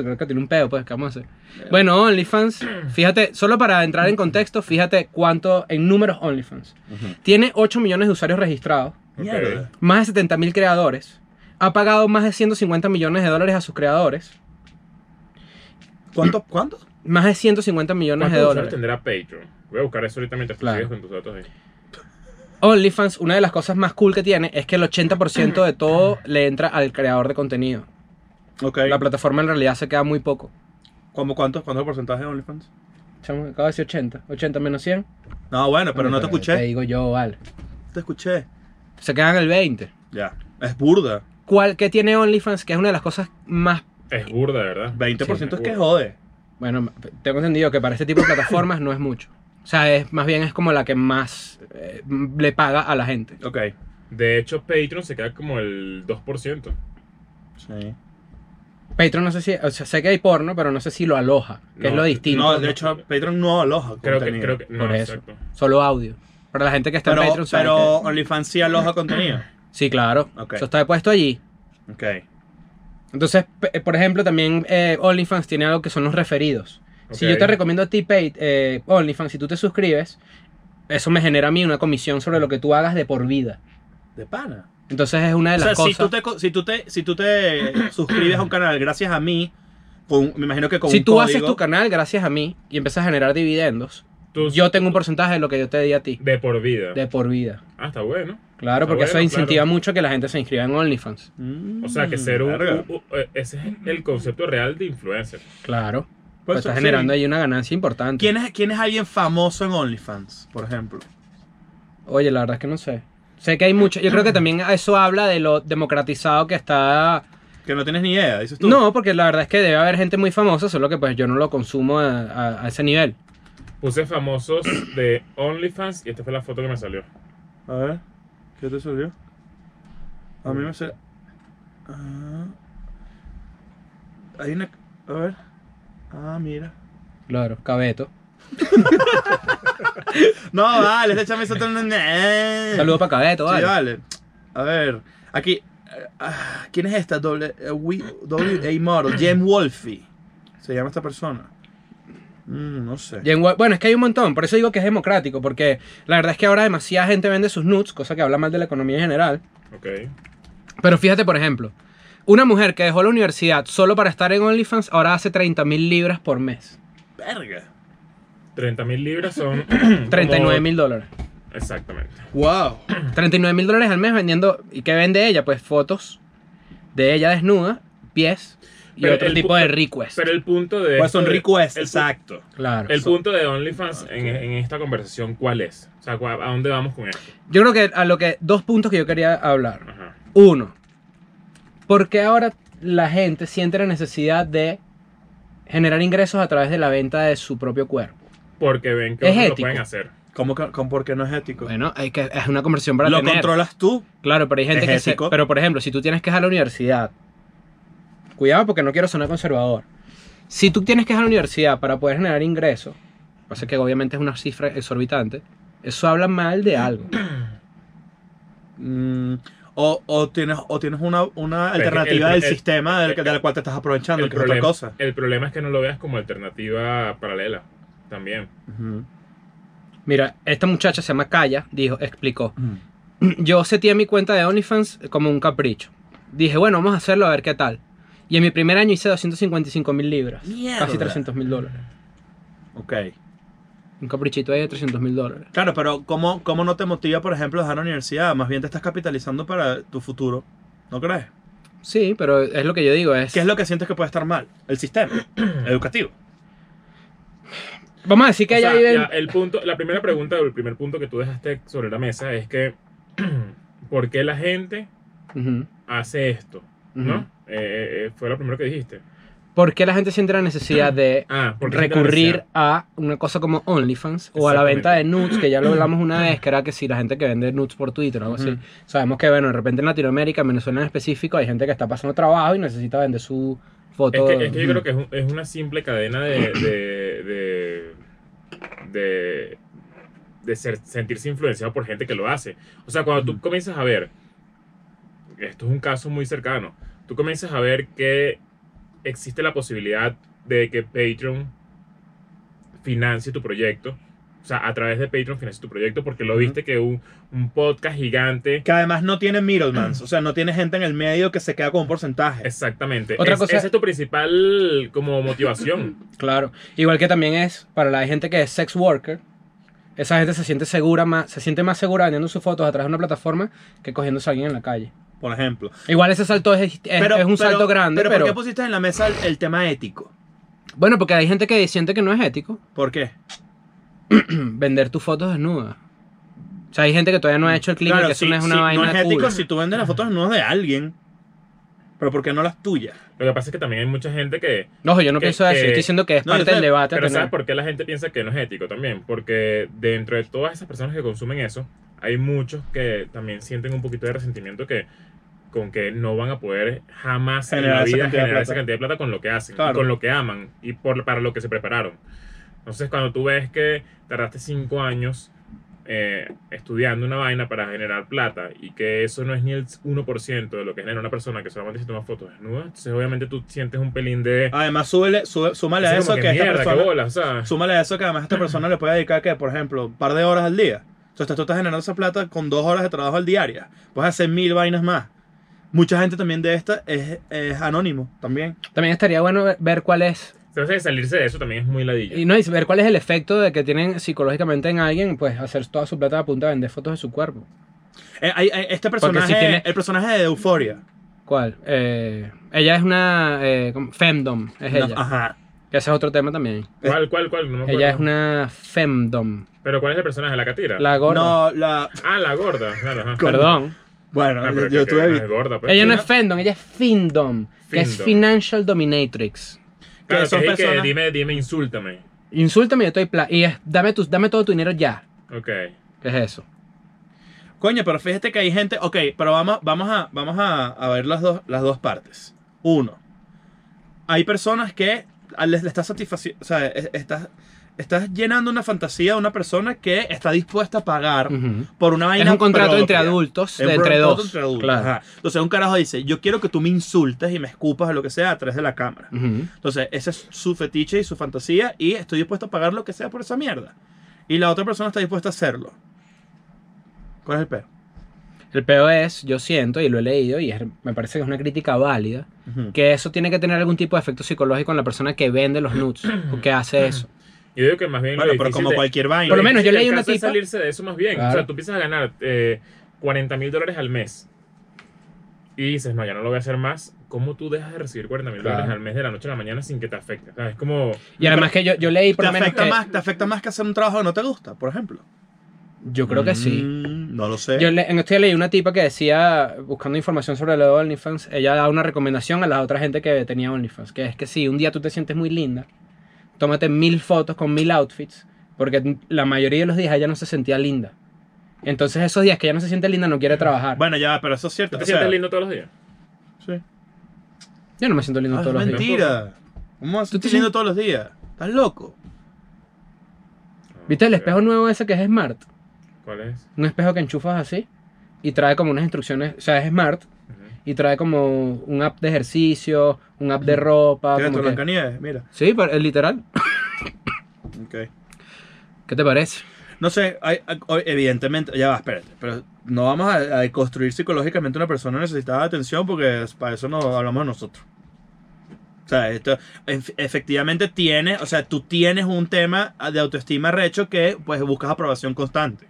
Speaker 4: creo que tiene un pedo, pues, ¿qué vamos a hacer? Bueno, OnlyFans, fíjate, solo para entrar en contexto, fíjate cuánto en números OnlyFans. Tiene 8 millones de usuarios registrados,
Speaker 3: Mierda.
Speaker 4: más de 70 mil creadores, ha pagado más de 150 millones de dólares a sus creadores,
Speaker 3: ¿Cuánto? ¿Cuánto?
Speaker 4: más de 150 millones de
Speaker 2: ¿Cuántos usuarios
Speaker 4: dólares.
Speaker 2: tendrá Patreon? Voy a buscar eso ahorita mientras tú
Speaker 4: Claro.
Speaker 2: sigues con tus datos ahí.
Speaker 4: OnlyFans, una de las cosas más cool que tiene es que el 80% de todo le entra al creador de contenido.
Speaker 3: Ok.
Speaker 4: La plataforma en realidad se queda muy poco.
Speaker 3: ¿Cómo, cuánto, ¿Cuánto es el porcentaje de OnlyFans?
Speaker 4: Chamo, acabo de decir 80. 80 menos 100.
Speaker 3: No, bueno, pero no te
Speaker 4: Te
Speaker 3: escuché.
Speaker 4: digo yo, vale.
Speaker 3: Te escuché.
Speaker 4: Se quedan el 20.
Speaker 3: Ya. Es burda.
Speaker 4: ¿Cuál que tiene OnlyFans? Que es una de las cosas más...
Speaker 2: Es burda, de ¿verdad?
Speaker 3: 20%
Speaker 2: Sí,
Speaker 3: es que
Speaker 2: burda.
Speaker 3: jode.
Speaker 4: Bueno, tengo entendido que para este tipo de plataformas no es mucho. O sea, es, más bien es como la que más eh, le paga a la gente.
Speaker 3: Ok.
Speaker 2: De hecho, Patreon se queda como el 2%.
Speaker 3: Sí.
Speaker 4: Patreon no sé si, o sea, sé que hay porno, pero no sé si lo aloja, que es
Speaker 2: No,
Speaker 4: lo distinto.
Speaker 3: No, de hecho, Patreon no aloja
Speaker 2: Creo que,
Speaker 3: contenido.
Speaker 2: creo que. No,
Speaker 4: por eso.
Speaker 2: exacto.
Speaker 4: Solo audio. Para la gente que está
Speaker 3: Pero,
Speaker 4: en Patreon, sabe
Speaker 3: pero OnlyFans sí aloja contenido.
Speaker 4: que- Sí, claro.
Speaker 3: Ok.
Speaker 4: Eso está puesto allí.
Speaker 3: Ok.
Speaker 4: Entonces, pe- por ejemplo, también eh, OnlyFans tiene algo que son los referidos. Si
Speaker 2: Ok.
Speaker 4: yo te recomiendo a ti Pay- eh, OnlyFans, si tú te suscribes, eso me genera a mí una comisión sobre lo que tú hagas de por vida.
Speaker 3: De pana.
Speaker 4: Entonces es una de
Speaker 3: O sea,
Speaker 4: las cosas.
Speaker 3: si tú, te, co- si, tú te, si tú te suscribes a un canal gracias a mí, con- me imagino que con
Speaker 4: Si
Speaker 3: un
Speaker 4: tú
Speaker 3: código,
Speaker 4: haces tu canal gracias a mí y empiezas a generar dividendos,
Speaker 2: Tú-
Speaker 4: yo tengo un porcentaje de lo que yo te di a ti
Speaker 2: De por vida.
Speaker 4: de por vida.
Speaker 2: Ah, está bueno.
Speaker 4: Claro,
Speaker 2: Está
Speaker 4: porque eso
Speaker 2: bueno,
Speaker 4: incentiva
Speaker 2: claro.
Speaker 4: mucho que la gente se inscriba en OnlyFans.
Speaker 3: Mm,
Speaker 2: O sea, que ser un.
Speaker 3: verga.
Speaker 2: u- u- eh, ese es el concepto real de influencer.
Speaker 4: Claro.
Speaker 3: Pues
Speaker 4: Pues estás
Speaker 3: sí.
Speaker 4: generando ahí una ganancia importante.
Speaker 3: ¿Quién es, ¿Quién es alguien famoso en OnlyFans, por ejemplo?
Speaker 4: Oye, la verdad es que no sé. Sé que hay mucho. Yo creo que también eso habla de lo democratizado que está.
Speaker 3: Que no tienes ni idea, dices tú.
Speaker 4: No, porque la verdad es que debe haber gente muy famosa, solo que pues yo no lo consumo a, a- a ese nivel.
Speaker 2: Puse famosos de OnlyFans y esta fue la foto que me salió.
Speaker 3: A ver, ¿qué te salió? A mí me salió. Ah. hay una. A ver. Ah, mira.
Speaker 4: Claro, cabeto.
Speaker 3: No, vale, esta chama hizo tan-
Speaker 4: Saludos para cabeto,
Speaker 3: Eh. Sí,
Speaker 4: vale.
Speaker 3: vale. A ver, aquí. eh, ah, ¿Quién es esta? Doble- eh, Wi- WA Model. James Wolfie. Se llama esta persona. Mm, no sé.
Speaker 4: Y en web- Bueno, es que hay un montón, por eso digo que es democrático, porque la verdad es que ahora demasiada gente vende sus nudes, cosa que habla mal de la economía en general.
Speaker 2: Ok.
Speaker 4: Pero fíjate, por ejemplo, una mujer que dejó la universidad solo para estar en OnlyFans ahora hace 30 mil libras por mes.
Speaker 3: Verga.
Speaker 2: 30 mil libras son.
Speaker 4: 39 mil dólares.
Speaker 2: como- Exactamente.
Speaker 3: Wow.
Speaker 4: 39 mil dólares al mes vendiendo. ¿Y qué vende ella? Pues fotos de ella desnuda, pies y
Speaker 2: Pero
Speaker 4: otro
Speaker 2: el
Speaker 4: tipo
Speaker 2: pu-
Speaker 4: de request.
Speaker 2: Pero el punto de.
Speaker 3: Pues
Speaker 2: esto
Speaker 3: son
Speaker 4: Este
Speaker 2: de-
Speaker 3: requests,
Speaker 2: el pu-
Speaker 3: exacto.
Speaker 4: claro.
Speaker 2: El punto de OnlyFans en, en esta conversación, ¿cuál es? O sea, ¿cuá- ¿a dónde vamos con esto?
Speaker 4: Yo creo que a lo que. Dos puntos que yo quería hablar.
Speaker 2: Ajá.
Speaker 4: Uno, ¿por qué ahora la gente siente la necesidad de generar ingresos a través de la venta de su propio cuerpo?
Speaker 2: Porque ven que
Speaker 4: Es
Speaker 2: otros lo
Speaker 4: ético.
Speaker 2: pueden hacer.
Speaker 3: ¿Cómo que, con, ¿Por qué no es ético?
Speaker 4: Bueno, hay que, es una conversión para
Speaker 3: Lo
Speaker 4: tener.
Speaker 3: controlas tú.
Speaker 4: Claro, pero hay gente
Speaker 3: Es
Speaker 4: que se-
Speaker 3: ético.
Speaker 4: Pero por ejemplo, si tú tienes que dejar la universidad, cuidado porque no quiero sonar conservador. Si tú tienes que dejar la universidad para poder generar ingresos, pasa que obviamente es una cifra exorbitante, eso habla mal de algo.
Speaker 3: Mm, o, o tienes, o tienes una, una
Speaker 2: que
Speaker 3: alternativa
Speaker 2: Pues, el-
Speaker 3: del
Speaker 2: el-
Speaker 3: sistema del,
Speaker 2: el-
Speaker 3: de la cual te estás aprovechando,
Speaker 2: el,
Speaker 3: Ah, que es otra
Speaker 2: problema,
Speaker 3: cosa.
Speaker 2: el problema es que no lo veas como alternativa paralela. También.
Speaker 3: Ujú.
Speaker 4: Mira, esta muchacha se llama Kaya, dijo, explicó. Yo seteé mi cuenta de OnlyFans como un capricho. Dije, bueno, vamos a hacerlo a ver qué tal. Y en mi primer año hice 255 mil libras.
Speaker 3: Mierda.
Speaker 4: Casi 300 mil dólares.
Speaker 3: Ok.
Speaker 4: Un caprichito ahí de 300 mil dólares.
Speaker 3: Claro, pero ¿cómo, ¿cómo no te motiva, por ejemplo, dejar la universidad? Más bien te estás capitalizando para tu futuro. ¿No crees?
Speaker 4: Sí, pero es lo que yo digo. Es...
Speaker 3: ¿Qué es lo que sientes que puede estar mal? El sistema educativo.
Speaker 4: Vamos a decir que
Speaker 2: O
Speaker 4: ella
Speaker 2: sea,
Speaker 4: vive en-
Speaker 2: ya, el punto, la primera pregunta, o el primer punto que tú dejaste sobre la mesa es que ¿por qué la gente
Speaker 4: Ujú.
Speaker 2: hace esto? ¿No?
Speaker 4: Ujú.
Speaker 2: Eh, eh, fue lo primero que dijiste.
Speaker 4: ¿Por qué la gente siente la necesidad de
Speaker 2: Ah, porque
Speaker 4: recurrir a una cosa como OnlyFans o a la venta de nudes? Que ya lo hablamos una vez, que era que si la gente que vende nudes por Twitter o algo así.
Speaker 3: Ujú.
Speaker 4: Sabemos que, bueno, de repente en Latinoamérica, en Venezuela en específico, hay gente que está pasando trabajo y necesita vender su
Speaker 2: Es
Speaker 4: foto.
Speaker 2: que, es que yo creo que es, un- es una simple cadena de. de, de, de- de ser- sentirse influenciado por gente que lo hace. O sea, cuando tú
Speaker 3: Ujú.
Speaker 2: comienzas a ver. Esto es un caso muy cercano. Tú comienzas a ver que existe la posibilidad de que Patreon financie tu proyecto. O sea, a través de Patreon financie tu proyecto porque lo
Speaker 3: Ujú.
Speaker 2: viste que un, un podcast gigante.
Speaker 3: Que además no tiene middlemans, o sea, no tiene gente en el medio que se queda con un porcentaje.
Speaker 2: Exactamente.
Speaker 4: Otra
Speaker 2: Es-
Speaker 4: cosa-
Speaker 2: Esa es tu principal como motivación.
Speaker 4: Claro. Igual que también es para la gente que es sex worker. Esa gente se siente segura más, se siente más segura vendiendo sus fotos a través de una plataforma que cogiéndose a alguien en la calle.
Speaker 3: Por ejemplo.
Speaker 4: Igual ese salto es, es- es un salto grande,
Speaker 3: Pero,
Speaker 4: pero,
Speaker 3: ¿por qué pusiste en la mesa el, el tema ético?
Speaker 4: bueno, porque hay gente que siente que no es ético. mm,
Speaker 3: ¿Por qué?
Speaker 4: vender tus fotos desnudas. O sea, hay gente que todavía no ha hecho el clic de que eso
Speaker 3: si-
Speaker 4: no es una
Speaker 3: si
Speaker 4: vaina
Speaker 3: no es ético
Speaker 4: cool.
Speaker 3: si tú vendes las fotos no de alguien. Pero ¿por qué no las tuyas?
Speaker 2: Lo que pasa es que también hay mucha gente que...
Speaker 4: Ojo, yo no
Speaker 2: que-
Speaker 4: pienso eso. yo
Speaker 2: que-
Speaker 4: estoy diciendo que es
Speaker 3: no, yo
Speaker 4: parte del
Speaker 3: sé,
Speaker 4: debate. a
Speaker 2: Pero
Speaker 4: tener.
Speaker 2: ¿sabes por qué la gente piensa que no es ético también? Porque dentro de todas esas personas que consumen eso, hay muchos que también sienten un poquito de resentimiento que con que no van a poder jamás en
Speaker 3: Generar
Speaker 2: la
Speaker 3: esa
Speaker 2: vida
Speaker 3: cantidad de
Speaker 2: generar
Speaker 3: plata.
Speaker 2: esa cantidad de plata con lo que hacen, y
Speaker 3: Claro.
Speaker 2: con lo que aman y por, para lo que se prepararon. Entonces, cuando tú ves que tardaste cinco años eh, estudiando una vaina para generar plata y que eso no es ni el 1% de lo que genera una persona que solamente se toma fotos desnuda, entonces obviamente tú sientes un pelín de...
Speaker 3: Además, súbele, sube- súmale a
Speaker 2: Entonces,
Speaker 3: eso
Speaker 2: como
Speaker 3: que, esta
Speaker 2: mierda, qué
Speaker 3: persona.
Speaker 2: bola, o sea,
Speaker 3: Súmale a eso que además esta persona le puede dedicar, que por ejemplo, un par de horas al día. Entonces tú estás generando esa plata con dos horas de trabajo al diario. Puedes hacer mil vainas más. Mucha gente también de esta es, es anónimo también.
Speaker 4: También estaría bueno ver- ver cuál es.
Speaker 2: entonces salirse de eso también es muy ladilla.
Speaker 4: Y no, y ver cuál es el efecto de que tienen psicológicamente en alguien, pues hacer toda su plata a punta de vender fotos de su cuerpo.
Speaker 3: Eh, hay- hay- este personaje,
Speaker 4: si tiene-
Speaker 3: el personaje de Euforia.
Speaker 4: ¿Cuál? Eh, ella es una. eh, como- femdom, es ella.
Speaker 3: Ajá.
Speaker 4: Que ese es otro tema también.
Speaker 2: ¿Cuál, cuál, cuál? No me acuerdo.
Speaker 4: pues, Ella es una femdom.
Speaker 2: Pero ¿cuál es el personaje? ¿La catira?
Speaker 4: La gorda.
Speaker 3: No, la.
Speaker 2: Ah, la gorda. Claro, ajá.
Speaker 4: Perdón.
Speaker 3: Bueno,
Speaker 2: Ah, pero
Speaker 3: yo
Speaker 2: que- que no
Speaker 3: estuve.
Speaker 2: es gorda, pues.
Speaker 4: Ella no es femdom, ella es findom. Que es
Speaker 2: Findom.
Speaker 4: financial dominatrix.
Speaker 2: Claro,
Speaker 3: que son
Speaker 2: que es que
Speaker 3: personas-
Speaker 2: dime, dime, insúltame.
Speaker 4: Insúltame y yo estoy pla Y es, dame, tus- dame todo tu dinero ya.
Speaker 2: Ok.
Speaker 4: ¿Qué es eso?
Speaker 3: Coño, pero fíjate que hay gente. Ok, pero vamos, vamos, a, vamos a, a ver las dos, las dos partes. Uno, hay personas que a- les, le estás satisfaciendo. O sea, es- estás, estás llenando una fantasía de una persona que está dispuesta a pagar
Speaker 4: Ujú.
Speaker 3: por una vaina.
Speaker 4: Es un contrato
Speaker 3: propia.
Speaker 4: entre adultos,
Speaker 3: Es un
Speaker 4: de entre
Speaker 3: contrato
Speaker 4: dos.
Speaker 3: entre adultos,
Speaker 4: Claro.
Speaker 3: ajá. Entonces, un carajo dice: Yo quiero que tú me insultes y me escupas o lo que sea a través de la cámara.
Speaker 4: Ujú.
Speaker 3: Entonces, ese es su fetiche y su fantasía y estoy dispuesto a pagar lo que sea por esa mierda. Y la otra persona está dispuesta a hacerlo. ¿Cuál es el peo?
Speaker 4: El peor es, yo siento, y lo he leído, y es- me parece que es una crítica válida,
Speaker 3: Ujú.
Speaker 4: que eso tiene que tener algún tipo de efecto psicológico en la persona que vende los nudes o que hace eso.
Speaker 2: Yo digo que más bien.
Speaker 3: Bueno,
Speaker 2: lo
Speaker 3: pero
Speaker 2: difícil
Speaker 3: como
Speaker 2: de-
Speaker 3: cualquier vaina.
Speaker 4: Por lo menos yo
Speaker 2: difícil
Speaker 4: leí
Speaker 2: del
Speaker 4: una
Speaker 2: caso es
Speaker 4: tipa-
Speaker 2: salirse de eso más bien. O
Speaker 4: Claro.
Speaker 2: sea, tú empiezas a ganar eh, 40 mil dólares al mes. Y dices, no, ya no lo voy a hacer más. ¿Cómo tú dejas de recibir 40 mil dólares
Speaker 4: Claro.
Speaker 2: al mes de la noche a la mañana sin que te afecte? O sea, es como.
Speaker 4: Y además que yo, yo leí por
Speaker 3: Te
Speaker 4: lo menos
Speaker 3: afecta,
Speaker 4: que...
Speaker 3: más, te afecta más que hacer un trabajo que no te gusta, por ejemplo.
Speaker 4: Yo creo que sí.
Speaker 3: Mm, no lo sé.
Speaker 4: Yo le- en esto ya leí una tipa que decía, buscando información sobre lo de OnlyFans, ella da una recomendación a la otra gente que tenía OnlyFans, que es que si un día tú te sientes muy linda, tómate mil fotos con mil outfits, porque la mayoría de los días ella no se sentía linda. Entonces esos días que ella no se siente linda no quiere trabajar.
Speaker 3: Bueno, ya, pero eso es
Speaker 2: ¿Tú
Speaker 3: cierto.
Speaker 2: te
Speaker 3: o sea,
Speaker 2: sientes lindo todos los días?
Speaker 3: sí.
Speaker 4: Yo no me siento linda
Speaker 3: Ah, es
Speaker 4: todos los días.
Speaker 3: mentira. ¿Cómo vas a
Speaker 4: ¿Tú te
Speaker 3: sentir lindo todos los días? ¿Estás loco?
Speaker 4: ¿Viste el
Speaker 2: Ah,
Speaker 4: espejo nuevo ese que es Smart?
Speaker 2: ¿Cuál es?
Speaker 4: Un espejo que enchufas así y trae como unas instrucciones, o sea, es Smart
Speaker 2: Ujú.
Speaker 4: y trae como un app de ejercicio, un app de ropa.
Speaker 3: Mira,
Speaker 4: como
Speaker 3: tu
Speaker 4: que-
Speaker 3: Blancanieves, mira.
Speaker 4: Sí, pero es literal.
Speaker 3: Okay.
Speaker 4: ¿Qué te parece?
Speaker 3: No sé, hay- hay- o- evidentemente, ya va, espérate, pero no vamos a, a construir psicológicamente una persona necesitada de atención porque es- para eso no hablamos nosotros. O sea, esto ef- efectivamente tiene, o sea, tú tienes un tema de autoestima recho que pues buscas aprobación constante.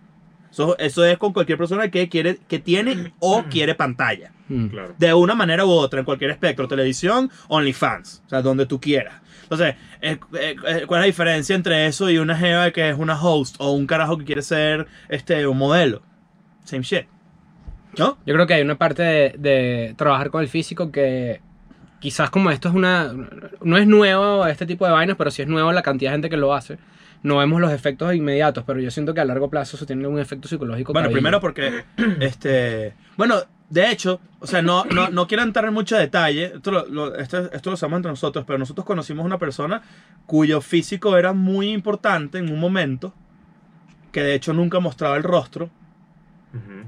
Speaker 3: Eso, eso es con cualquier persona que quiere, que tiene o quiere pantalla.
Speaker 4: Mm.
Speaker 2: Claro.
Speaker 3: De una manera u otra, en cualquier espectro, televisión, OnlyFans, o sea, donde tú quieras. Entonces, eh, eh, eh, ¿cuál es la diferencia entre eso y una jeva que es una host o un carajo que quiere ser este un modelo? Same shit. ¿No?
Speaker 4: Yo creo que hay una parte de, de trabajar con el físico que quizás como esto es una... No es nuevo este tipo de vainas, pero sí es nuevo la cantidad de gente que lo hace. No vemos los efectos inmediatos, pero yo siento que a largo plazo eso tiene un efecto psicológico.
Speaker 3: Bueno,
Speaker 4: caído.
Speaker 3: primero porque este, bueno, de hecho, o sea, no, no, no quiero entrar en mucho detalle, esto lo, lo- esto, esto lo sabemos entre nosotros, pero nosotros conocimos una persona cuyo físico era muy importante en un momento, que de hecho nunca mostraba el rostro,
Speaker 2: Ujú.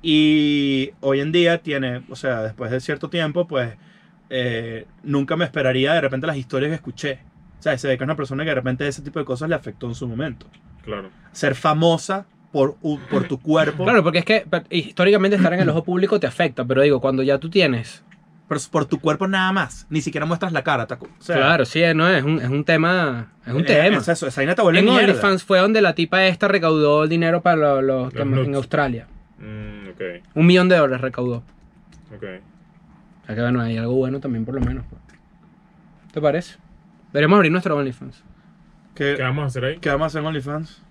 Speaker 3: Y hoy en día tiene, o sea, después de cierto tiempo, pues eh, nunca me esperaría de repente las historias que escuché. O sea, se ve que es una persona que de repente ese tipo de cosas le afectó en su momento.
Speaker 2: Claro.
Speaker 3: Ser famosa por, u- por tu cuerpo,
Speaker 4: Claro, porque es que per- históricamente estar en el ojo público te afecta, pero digo, cuando ya tú tienes...
Speaker 3: por, por tu cuerpo nada más. Ni siquiera muestras la cara, taco. O sea,
Speaker 4: claro, sí, no, es un, es un tema... Es un
Speaker 3: eh,
Speaker 4: tema.
Speaker 3: es eso, esa vaina te vuelve
Speaker 4: en
Speaker 3: mierda.
Speaker 4: OnlyFans fue donde la tipa esta recaudó el dinero para lo- los, que-
Speaker 2: Los nudes.
Speaker 4: en Australia.
Speaker 2: Mm, ok,
Speaker 4: Un millón de dólares recaudó.
Speaker 2: ok.
Speaker 4: O sea que bueno, hay algo bueno también por lo menos. pues. ¿Te parece? Deberíamos abrir nuestro OnlyFans.
Speaker 3: ¿Qué,
Speaker 2: ¿Qué vamos a hacer ahí?
Speaker 3: qué vamos a hacer en OnlyFans?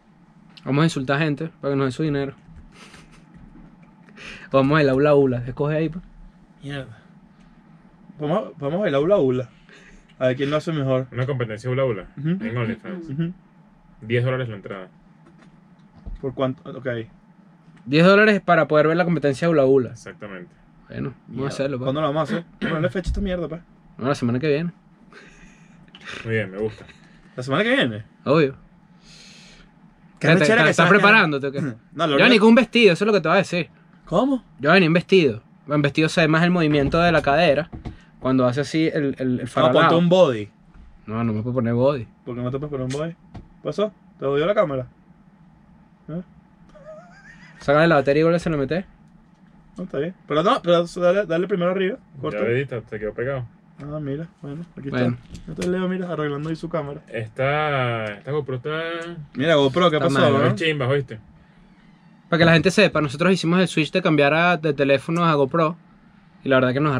Speaker 4: Vamos a insultar a gente para que nos dé su dinero. O Vamos a la ula ula. Escoge ahí. pues.
Speaker 3: Mierda. Vamos, a- vamos a bailar hula hula. A ver quién lo hace mejor.
Speaker 2: Una competencia hula hula.
Speaker 3: Ujú.
Speaker 2: En OnlyFans.
Speaker 3: Ujú.
Speaker 2: 10 dólares la entrada.
Speaker 3: ¿Por cuánto? Ok.
Speaker 4: 10 dólares para poder ver la competencia de ula ula.
Speaker 2: Exactamente.
Speaker 4: Ok. Bueno, vamos a hacerlo. pues.
Speaker 3: ¿Cuándo lo vamos a hacer? Ponerle fecha a esta mierda, pues. pa.
Speaker 4: Bueno, la semana que viene,
Speaker 2: Muy bien, me gusta.
Speaker 3: La semana que viene.
Speaker 4: obvio.
Speaker 3: Qué
Speaker 4: ¿Te, te-
Speaker 3: arrechera
Speaker 4: te-
Speaker 3: que
Speaker 4: estás
Speaker 3: sabes que-
Speaker 4: preparándote o qué?
Speaker 3: No, lo
Speaker 4: Yo venía con un vestido, eso es lo que te voy a decir.
Speaker 3: ¿Cómo?
Speaker 4: Yo venía un vestido. En vestido se ve más el movimiento de la cadera. Cuando hace así el, el, el
Speaker 3: No, ponte
Speaker 4: faralao.
Speaker 3: un body.
Speaker 4: No, no me puedo poner body.
Speaker 3: ¿Por qué no te puedes poner un body? ¿Pasó? ¿Te odió la cámara?
Speaker 4: Sácale la batería y vuelve a lo meter.
Speaker 3: No, está bien. Pero no, pero dale, dale primero arriba. Corta.
Speaker 2: Ya le diste, te quedó pegado.
Speaker 3: Ah, mira, bueno, aquí
Speaker 4: Bueno.
Speaker 3: está. Yo te leo, mira, arreglando ahí su cámara.
Speaker 2: Esta, esta GoPro está.
Speaker 3: Mira, GoPro, ¿qué
Speaker 4: Está
Speaker 3: pasó?
Speaker 4: mal,
Speaker 3: no?
Speaker 2: Está chimba, ¿oíste?
Speaker 4: Para que la gente sepa, nosotros hicimos el switch de cambiar a- de teléfonos a GoPro. Y la verdad que nos ha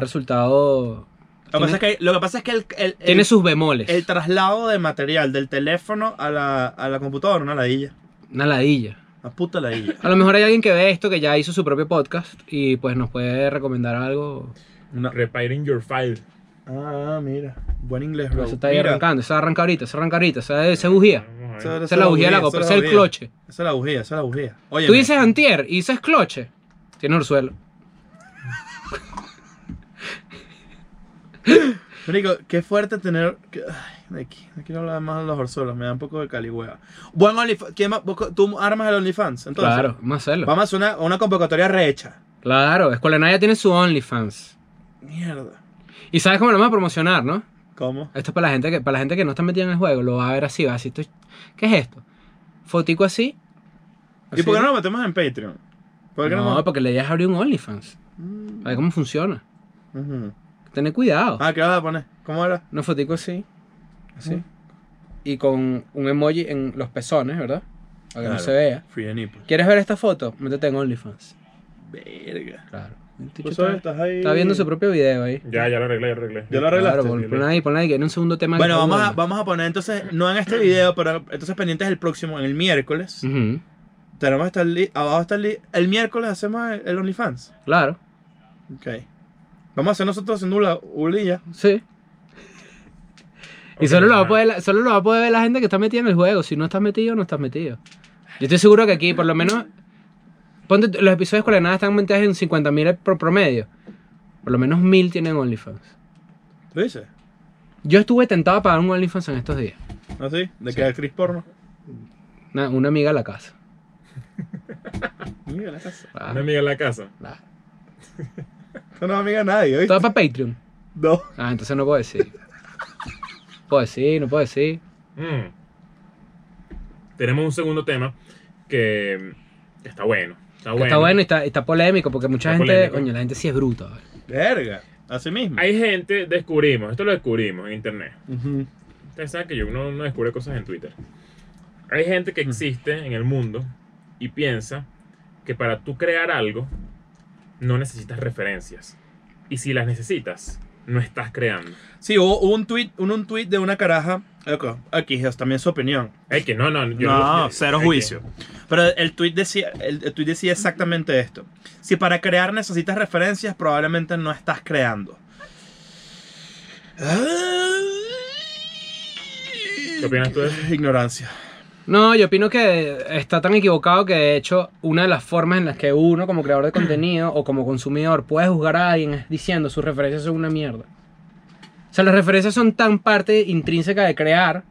Speaker 3: Lo,
Speaker 4: resultado.
Speaker 3: que
Speaker 4: Tiene-
Speaker 3: pasa es que, lo que pasa es que el, el- el-
Speaker 4: Tiene sus bemoles.
Speaker 3: el traslado de material del teléfono a la, a la computadora, una ladilla.
Speaker 4: Una ladilla.
Speaker 3: Una puta ladilla.
Speaker 4: A lo mejor hay alguien que ve esto que ya hizo su propio podcast y pues nos puede recomendar algo.
Speaker 3: Una-
Speaker 2: Repairing your file.
Speaker 3: Ah, mira. Buen inglés, bro.
Speaker 4: Eso está ahí
Speaker 3: Mira,
Speaker 4: arrancando. Esa arranca ahorita, esa arranca ahorita. Esa, esa bujía.
Speaker 2: Vamos a
Speaker 3: esa-
Speaker 2: ver.
Speaker 3: esa
Speaker 4: Esa es la bujía de la copa.
Speaker 3: esa
Speaker 4: Ese es el
Speaker 3: bujía.
Speaker 4: cloche.
Speaker 3: Esa es la bujía, esa es la bujía. Oye,
Speaker 4: Tú dices antier y dices cloche. Tienes orzuelo.
Speaker 3: Marico, qué fuerte tener. que- Ay, no qui- no quiero hablar más de los orzuelos, me da un poco de caligüeva. Buen OnlyFans. ¿quién más? ¿Vos- ¿Tú armas el OnlyFans? Entonces,
Speaker 4: Claro, vamos a hacerlo.
Speaker 3: Vamos a hacer una, una convocatoria rehecha.
Speaker 4: Claro, Escuela de Nada ya tiene su OnlyFans.
Speaker 3: Mierda.
Speaker 4: Y sabes cómo lo vamos a promocionar, ¿no?
Speaker 3: ¿Cómo?
Speaker 4: Esto es para la gente que, para la gente que no está metida en el juego, lo va a ver así, va a decir, "Esto- ¿qué es esto? Fotico así.
Speaker 3: ¿Y por qué no
Speaker 4: así.
Speaker 3: lo metemos en Patreon? ¿Por qué
Speaker 4: No,
Speaker 3: no?
Speaker 4: porque la idea es abrir un OnlyFans.
Speaker 3: Mm,
Speaker 4: A ver cómo funciona.
Speaker 3: ujú.
Speaker 4: Tener cuidado.
Speaker 3: Ah, ¿qué vas a poner? ¿Cómo era?
Speaker 4: Una fotico así. Así. Y con un emoji en los pezones, ¿verdad? Para que no
Speaker 3: Claro.
Speaker 4: se vea.
Speaker 3: Free the nipple.
Speaker 4: ¿Quieres ver esta foto? Métete en OnlyFans.
Speaker 3: Verga.
Speaker 4: Claro. El
Speaker 3: Tú
Speaker 4: ticho
Speaker 3: sabes,
Speaker 4: está,
Speaker 3: estás ahí.
Speaker 4: está viendo su propio video ahí.
Speaker 2: Ya, ya lo arreglé, ya lo arreglé.
Speaker 3: Ya lo arreglé. arreglaste,
Speaker 4: Claro, pon,
Speaker 2: Lili.
Speaker 4: pon ahí, pon ahí, que en un segundo tema. que
Speaker 3: Bueno,
Speaker 4: está
Speaker 3: vamos a,
Speaker 4: bueno.
Speaker 3: vamos a poner entonces, no en este video, pero entonces pendientes el próximo, en el miércoles.
Speaker 4: Ujú,
Speaker 3: Tenemos hasta el, li- ah, abajo está el, li- el miércoles hacemos el, el OnlyFans.
Speaker 4: Claro,
Speaker 3: Ok. Vamos a hacer nosotros haciendo una ulilla.
Speaker 4: sí. Y
Speaker 2: Ok,
Speaker 4: solo lo, va a
Speaker 2: ajá.
Speaker 4: poder, la- solo lo va a poder ver la gente que está metida en el juego. Si no estás metido, no estás metido. Yo estoy seguro que aquí, por lo menos. Ponte, t- los episodios con la nada están aumentados en 50.000 por promedio. Por lo menos 1.000 tienen OnlyFans.
Speaker 3: ¿Tú dices?
Speaker 4: Yo estuve tentado a pagar un OnlyFans en estos días.
Speaker 3: ¿Así? ¿De que actriz porno?
Speaker 4: Una, una amiga de la casa.
Speaker 3: Mira la casa.
Speaker 2: Una
Speaker 4: Claro,
Speaker 2: amiga en la casa.
Speaker 4: claro.
Speaker 3: Tú no amiga de nadie, ¿oíste?
Speaker 4: Todo para Patreon.
Speaker 3: No.
Speaker 4: Ah, entonces no puedo decir. Puedo decir, no puedo decir.
Speaker 2: Mm. Tenemos un segundo tema que está bueno. Está bueno.
Speaker 4: Está bueno y está, está polémico porque mucha
Speaker 2: Está
Speaker 4: gente,
Speaker 2: polémico.
Speaker 4: coño, la gente sí es bruta. ¿vale?
Speaker 3: Verga. Así mismo.
Speaker 2: Hay gente, descubrimos, esto lo descubrimos en internet.
Speaker 3: Ujú.
Speaker 2: Ustedes saben que yo no, no descubre cosas en Twitter. Hay gente que existe en el mundo y piensa que para tú crear algo no necesitas referencias. Y si las necesitas, no estás creando.
Speaker 3: Sí, hubo, hubo un tweet, un, un tweet de una caraja. ok, Aquí es también su opinión.
Speaker 2: Es que no, no, yo yo-
Speaker 3: no, cero
Speaker 2: es que-
Speaker 3: juicio. Pero el tweet, decía, el, el tweet decía exactamente esto. Si para crear necesitas referencias, probablemente no estás creando.
Speaker 2: ¿Qué opinas tú de eso?
Speaker 3: Ignorancia.
Speaker 4: No, yo opino que está tan equivocado que de hecho una de las formas en las que uno como creador de contenido o como consumidor puede juzgar a alguien es diciendo sus referencias son una mierda. O sea, las referencias son tan parte intrínseca de crear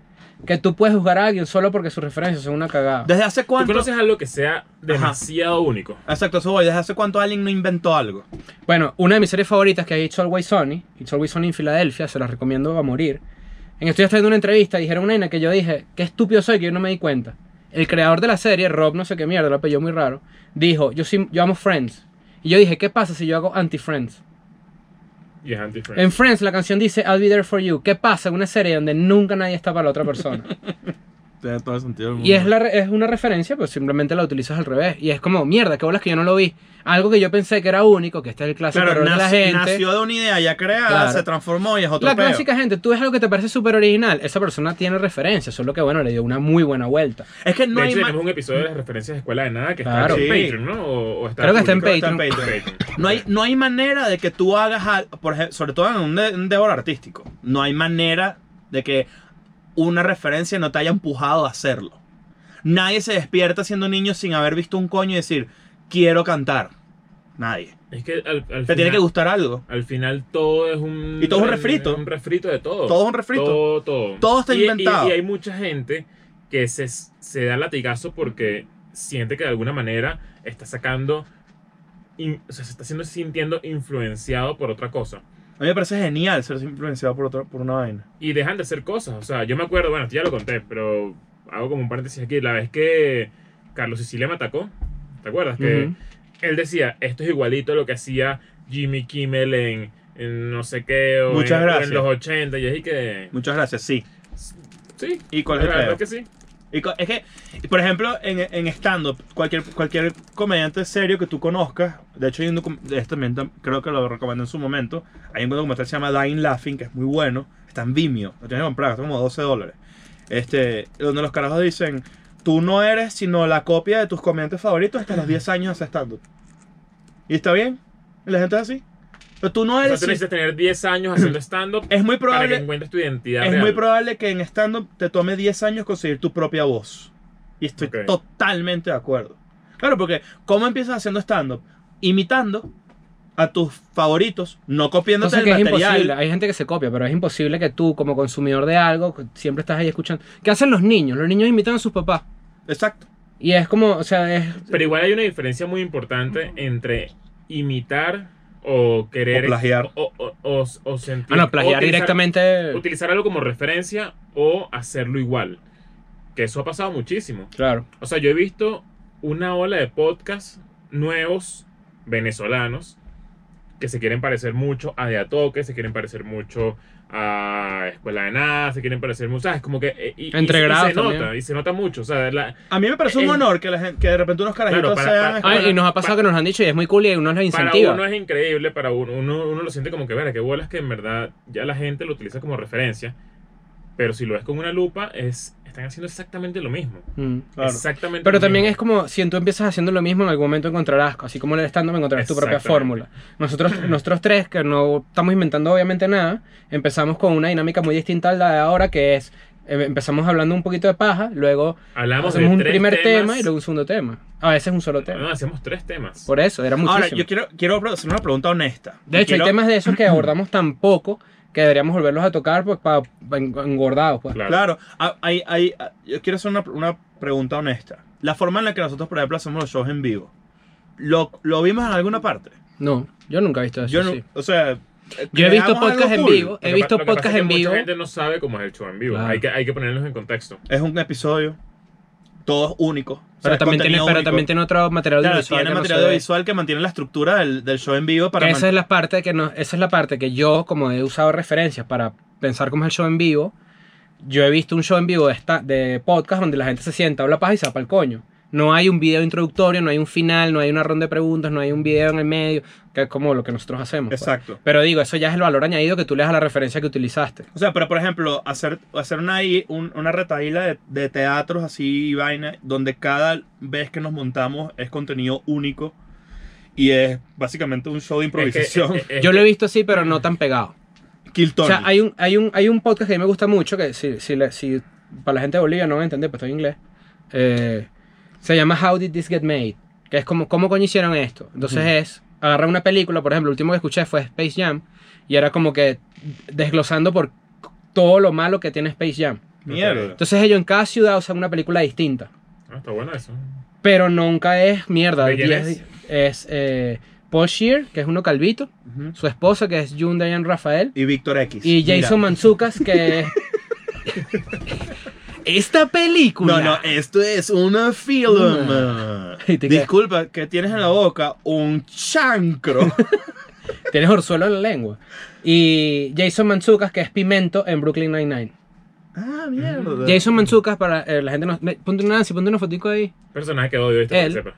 Speaker 4: que tú puedes juzgar a alguien solo porque sus referencias son una cagada.
Speaker 3: ¿Desde hace
Speaker 2: Ah. ¿Tú
Speaker 3: cuánto?
Speaker 2: conoces algo que sea demasiado único?
Speaker 3: Exacto, eso voy. ¿Desde hace cuánto alguien no inventó algo?
Speaker 4: Bueno, una de mis series favoritas que es It's Always Sunny, It's Always Sunny en Filadelfia, se las recomiendo a morir. En estoy haciendo una entrevista, dijeron una vaina que yo dije, qué estúpido soy que yo no me di cuenta. El creador de la serie, Rob no sé qué mierda, lo apellido muy raro, dijo, yo, soy- yo amo Friends. Y yo dije, ¿qué pasa si yo hago anti-Friends?
Speaker 2: Y es anti-friend.
Speaker 4: En Friends la canción dice, I'll be there for you. ¿Qué pasa en una serie donde nunca nadie está para la otra persona?
Speaker 3: Tiene todo el sentido del mundo.
Speaker 4: Y es, la, re- es una referencia, pero simplemente la utilizas al revés. Y es como, mierda, qué bolas que yo no lo vi. Algo que yo pensé que era único, que este es el clásico
Speaker 3: Claro,
Speaker 4: error de la
Speaker 3: nació-
Speaker 4: gente.
Speaker 3: nació de una idea ya creada,
Speaker 4: Claro.
Speaker 3: se transformó y es otro
Speaker 4: La
Speaker 3: peo.
Speaker 4: clásica gente, tú ves algo que te parece súper original, esa persona tiene referencias, solo que bueno, le dio una muy buena vuelta.
Speaker 3: Es que no
Speaker 2: de
Speaker 3: hay
Speaker 2: hecho,
Speaker 3: más.
Speaker 2: tenemos un episodio de las referencias de Escuela de Nada que
Speaker 4: Claro.
Speaker 2: está en
Speaker 3: Sí.
Speaker 2: Patreon, ¿no? O, o está
Speaker 4: Creo que está en
Speaker 2: publicado.
Speaker 3: Está en
Speaker 4: Patreon.
Speaker 3: Patreon.
Speaker 2: Patreon.
Speaker 3: No hay, no hay manera de que tú hagas, al- por ej- sobre todo en un, de- un devor artístico, no hay manera de que una referencia no te haya empujado a hacerlo. Nadie se despierta siendo niño sin haber visto un coño y decir, quiero cantar. Nadie.
Speaker 2: Es que al, al
Speaker 3: Te tiene que
Speaker 2: final-
Speaker 3: gustar algo.
Speaker 2: Al final todo es un.
Speaker 3: Y todo es un refrito.
Speaker 2: Un refrito de todo.
Speaker 3: Todo es un refrito.
Speaker 2: Todo, todo.
Speaker 3: Todo está
Speaker 2: Y- y-
Speaker 3: inventado.
Speaker 2: Y, hay mucha gente que se, se da latigazo porque siente que de alguna manera está sacando. in- o sea, se está siendo, sintiendo influenciado por otra cosa.
Speaker 3: A mí me parece genial ser influenciado por, otra por una vaina.
Speaker 2: Y dejan de hacer cosas. O sea, yo me acuerdo, bueno, esto ya lo conté, pero hago como un paréntesis aquí. La vez que Carlos Sicilia me atacó, ¿te acuerdas? Que
Speaker 4: Ujú.
Speaker 2: él decía, esto es igualito a lo que hacía Jimmy Kimmel en, en no sé qué, o
Speaker 3: Muchas
Speaker 2: en, o en
Speaker 3: gracias.
Speaker 2: los 80, y así que...
Speaker 3: Muchas gracias, sí.
Speaker 2: Sí,
Speaker 3: ¿Y
Speaker 2: la
Speaker 3: cuál es el
Speaker 2: verdad
Speaker 3: peor?
Speaker 2: es que sí.
Speaker 3: Y co- Es que, por ejemplo, en, en stand-up, cualquier, cualquier comediante serio que tú conozcas, de hecho, hay un docu- de esto también tam- creo que lo recomendé en su momento, hay un documental que se llama Dying Laughing, que es muy bueno, está en Vimeo, lo tienes que comprar, está como 12 dólares, este, donde los carajos dicen, tú no eres sino la copia de tus comediantes favoritos hasta los 10 años de stand-up. ¿Y está bien? ¿Y la gente es así? Pero tú no
Speaker 2: O sea,
Speaker 3: eres...
Speaker 2: tú necesitas tener 10 años haciendo stand-up
Speaker 3: es
Speaker 2: para que
Speaker 3: muy probable...
Speaker 2: encuentres tu identidad
Speaker 3: Es
Speaker 2: real.
Speaker 3: muy probable que en stand-up te tome 10 años conseguir tu propia voz. Y estoy
Speaker 2: Ok.
Speaker 3: totalmente de acuerdo. Claro, porque ¿cómo empiezas haciendo stand-up? Imitando a tus favoritos, no copiándote
Speaker 4: Entonces que
Speaker 3: el
Speaker 4: es
Speaker 3: material.
Speaker 4: imposible, hay gente que se copia, pero es imposible que tú como consumidor de algo siempre estás ahí escuchando. ¿Qué hacen los niños? Los niños imitan a sus papás.
Speaker 3: Exacto.
Speaker 4: Y es como, o sea, es
Speaker 2: Pero igual hay una diferencia muy importante entre imitar o querer...
Speaker 3: O plagiar.
Speaker 2: O, o- o- o sentir...
Speaker 4: Ah, no, plagiar
Speaker 2: o utilizar-
Speaker 4: directamente.
Speaker 2: Utilizar algo como referencia o hacerlo igual. Que eso ha pasado muchísimo.
Speaker 4: Claro.
Speaker 2: O sea, yo he visto una ola de podcasts nuevos venezolanos que se quieren parecer mucho a De A Toque, se quieren parecer mucho a Escuela de Nada, se quieren parecer mucho. ¿sabes? Como que. eh, Y, y-
Speaker 4: Entre
Speaker 2: y
Speaker 4: grados
Speaker 2: se nota,
Speaker 4: también.
Speaker 2: y se nota mucho. O sea, la-
Speaker 3: A mí me parece un
Speaker 2: Eh,
Speaker 3: honor que, la gen- que de repente unos carajitos
Speaker 2: Claro, para-
Speaker 3: sean...
Speaker 2: para-
Speaker 4: Ah, y nos ha pasado
Speaker 2: Pa-
Speaker 4: que nos lo han dicho y es muy cool y uno les
Speaker 2: para
Speaker 4: incentiva.
Speaker 2: uno es increíble, para uno, uno, uno lo siente como que, verá, qué bolas que en verdad ya la gente lo utiliza como referencia. Pero si lo ves con una lupa, es, están haciendo exactamente lo mismo.
Speaker 4: Mm.
Speaker 3: Claro.
Speaker 2: Exactamente
Speaker 4: Pero
Speaker 2: lo
Speaker 4: también es
Speaker 2: mismo.
Speaker 4: como si tú empiezas haciendo lo mismo, en algún momento encontrarás, así como en el stand-up encontrarás tu propia
Speaker 2: Exactamente.
Speaker 4: fórmula. Nosotros, nosotros tres, que no estamos inventando obviamente nada, empezamos con una dinámica muy distinta a la de ahora, que es eh, empezamos hablando un poquito de paja, luego
Speaker 2: Hablamos de
Speaker 4: hacemos un
Speaker 2: tres
Speaker 4: primer tema
Speaker 2: temas.
Speaker 4: y luego un segundo tema. A veces un solo tema.
Speaker 2: No, hacemos tres temas.
Speaker 4: Por eso, era muchísimo.
Speaker 3: Ahora, yo quiero, quiero hacer una pregunta honesta.
Speaker 4: De hecho,
Speaker 3: Quiero-
Speaker 4: hay temas de esos que abordamos tan poco que deberíamos volverlos a tocar pues, para engordados. Pues.
Speaker 2: Claro.
Speaker 3: Claro, ah, hay, hay, ah, yo quiero hacer una, una pregunta honesta. La forma en la que nosotros, por ejemplo, hacemos los shows en vivo, ¿lo, lo vimos en alguna parte?
Speaker 4: No, yo nunca he visto eso.
Speaker 3: Yo no,
Speaker 4: sí.
Speaker 3: o sea,
Speaker 4: Yo he visto
Speaker 3: creamos
Speaker 4: podcast
Speaker 3: algo
Speaker 4: en
Speaker 3: cool.
Speaker 4: vivo,
Speaker 2: Lo
Speaker 4: he
Speaker 2: que
Speaker 4: visto
Speaker 2: pa- lo que pasa
Speaker 4: podcast
Speaker 2: es que
Speaker 4: en vivo.
Speaker 2: Mucha gente no sabe cómo es el show en vivo.
Speaker 4: Claro.
Speaker 2: Hay, que, hay que ponerlos en contexto.
Speaker 3: Es un episodio, todo es único. o sea,
Speaker 4: Pero,
Speaker 3: es
Speaker 4: también tiene,
Speaker 3: contenido
Speaker 4: pero
Speaker 3: único.
Speaker 4: también tiene otro material
Speaker 3: Claro,
Speaker 4: audiovisual
Speaker 3: tiene
Speaker 4: que no
Speaker 3: material
Speaker 4: se ve.
Speaker 3: visual que mantiene la estructura del, del show en vivo para
Speaker 4: Que esa
Speaker 3: man-
Speaker 4: es la parte que no, esa es la parte que yo como he usado referencias para pensar cómo es el show en vivo. Yo he visto un show en vivo de, esta- de podcast donde la gente se sienta, habla paja y se va para el coño. No hay un video introductorio, no hay un final, no hay una ronda de preguntas, no hay un video en el medio, que es como lo que nosotros hacemos. pues.
Speaker 3: Exacto.
Speaker 4: Pero digo, eso ya es el valor añadido que tú le das a la referencia que utilizaste.
Speaker 3: O sea, pero por ejemplo, hacer, hacer una, i- un- una retaíla de, de teatros así y vaina, donde cada vez que nos montamos es contenido único y es básicamente un show de improvisación.
Speaker 2: Es que- es- es
Speaker 4: Yo
Speaker 2: que-
Speaker 4: lo he visto así, pero no tan pegado.
Speaker 3: Kill
Speaker 4: O sea,
Speaker 3: Tony.
Speaker 4: hay un, hay, un, hay un podcast que a mí me gusta mucho, que si, si, le- si- para la gente de Bolivia no va a entender, pues estoy en inglés. Eh, se llama How Did This Get Made? Que es como, ¿cómo coño hicieron esto? Entonces
Speaker 3: Ujú.
Speaker 4: es, agarrar una película, por ejemplo, el último que escuché fue Space Jam, y era como que desglosando por todo lo malo que tiene Space Jam.
Speaker 3: Mierda.
Speaker 4: Entonces ellos en cada ciudad usan una película distinta,
Speaker 2: Ah, está bueno eso.
Speaker 4: pero nunca es mierda.
Speaker 2: ¿De quién
Speaker 4: diez-
Speaker 2: es?
Speaker 4: es, eh, Paul Shear, que es uno calvito,
Speaker 3: Ujú.
Speaker 4: su esposa, que es June Diane Rafael,
Speaker 3: Y Víctor X.
Speaker 4: y Jason
Speaker 3: Mira.
Speaker 4: Manzucas que esta película
Speaker 3: No, no, esto es una film.
Speaker 4: Y te quedas-
Speaker 3: Disculpa, que tienes en la boca un chancro.
Speaker 4: tienes orzuelo en la lengua y Jason Manzucas que es Pimento en Brooklyn Nine Nine
Speaker 3: ah, mierda.
Speaker 4: Jason Manzucas para eh, la gente no me- ponte una Nancy ponte una fotico ahí
Speaker 2: Personaje que odio, ¿viste? Para
Speaker 4: Él.
Speaker 2: que sepa.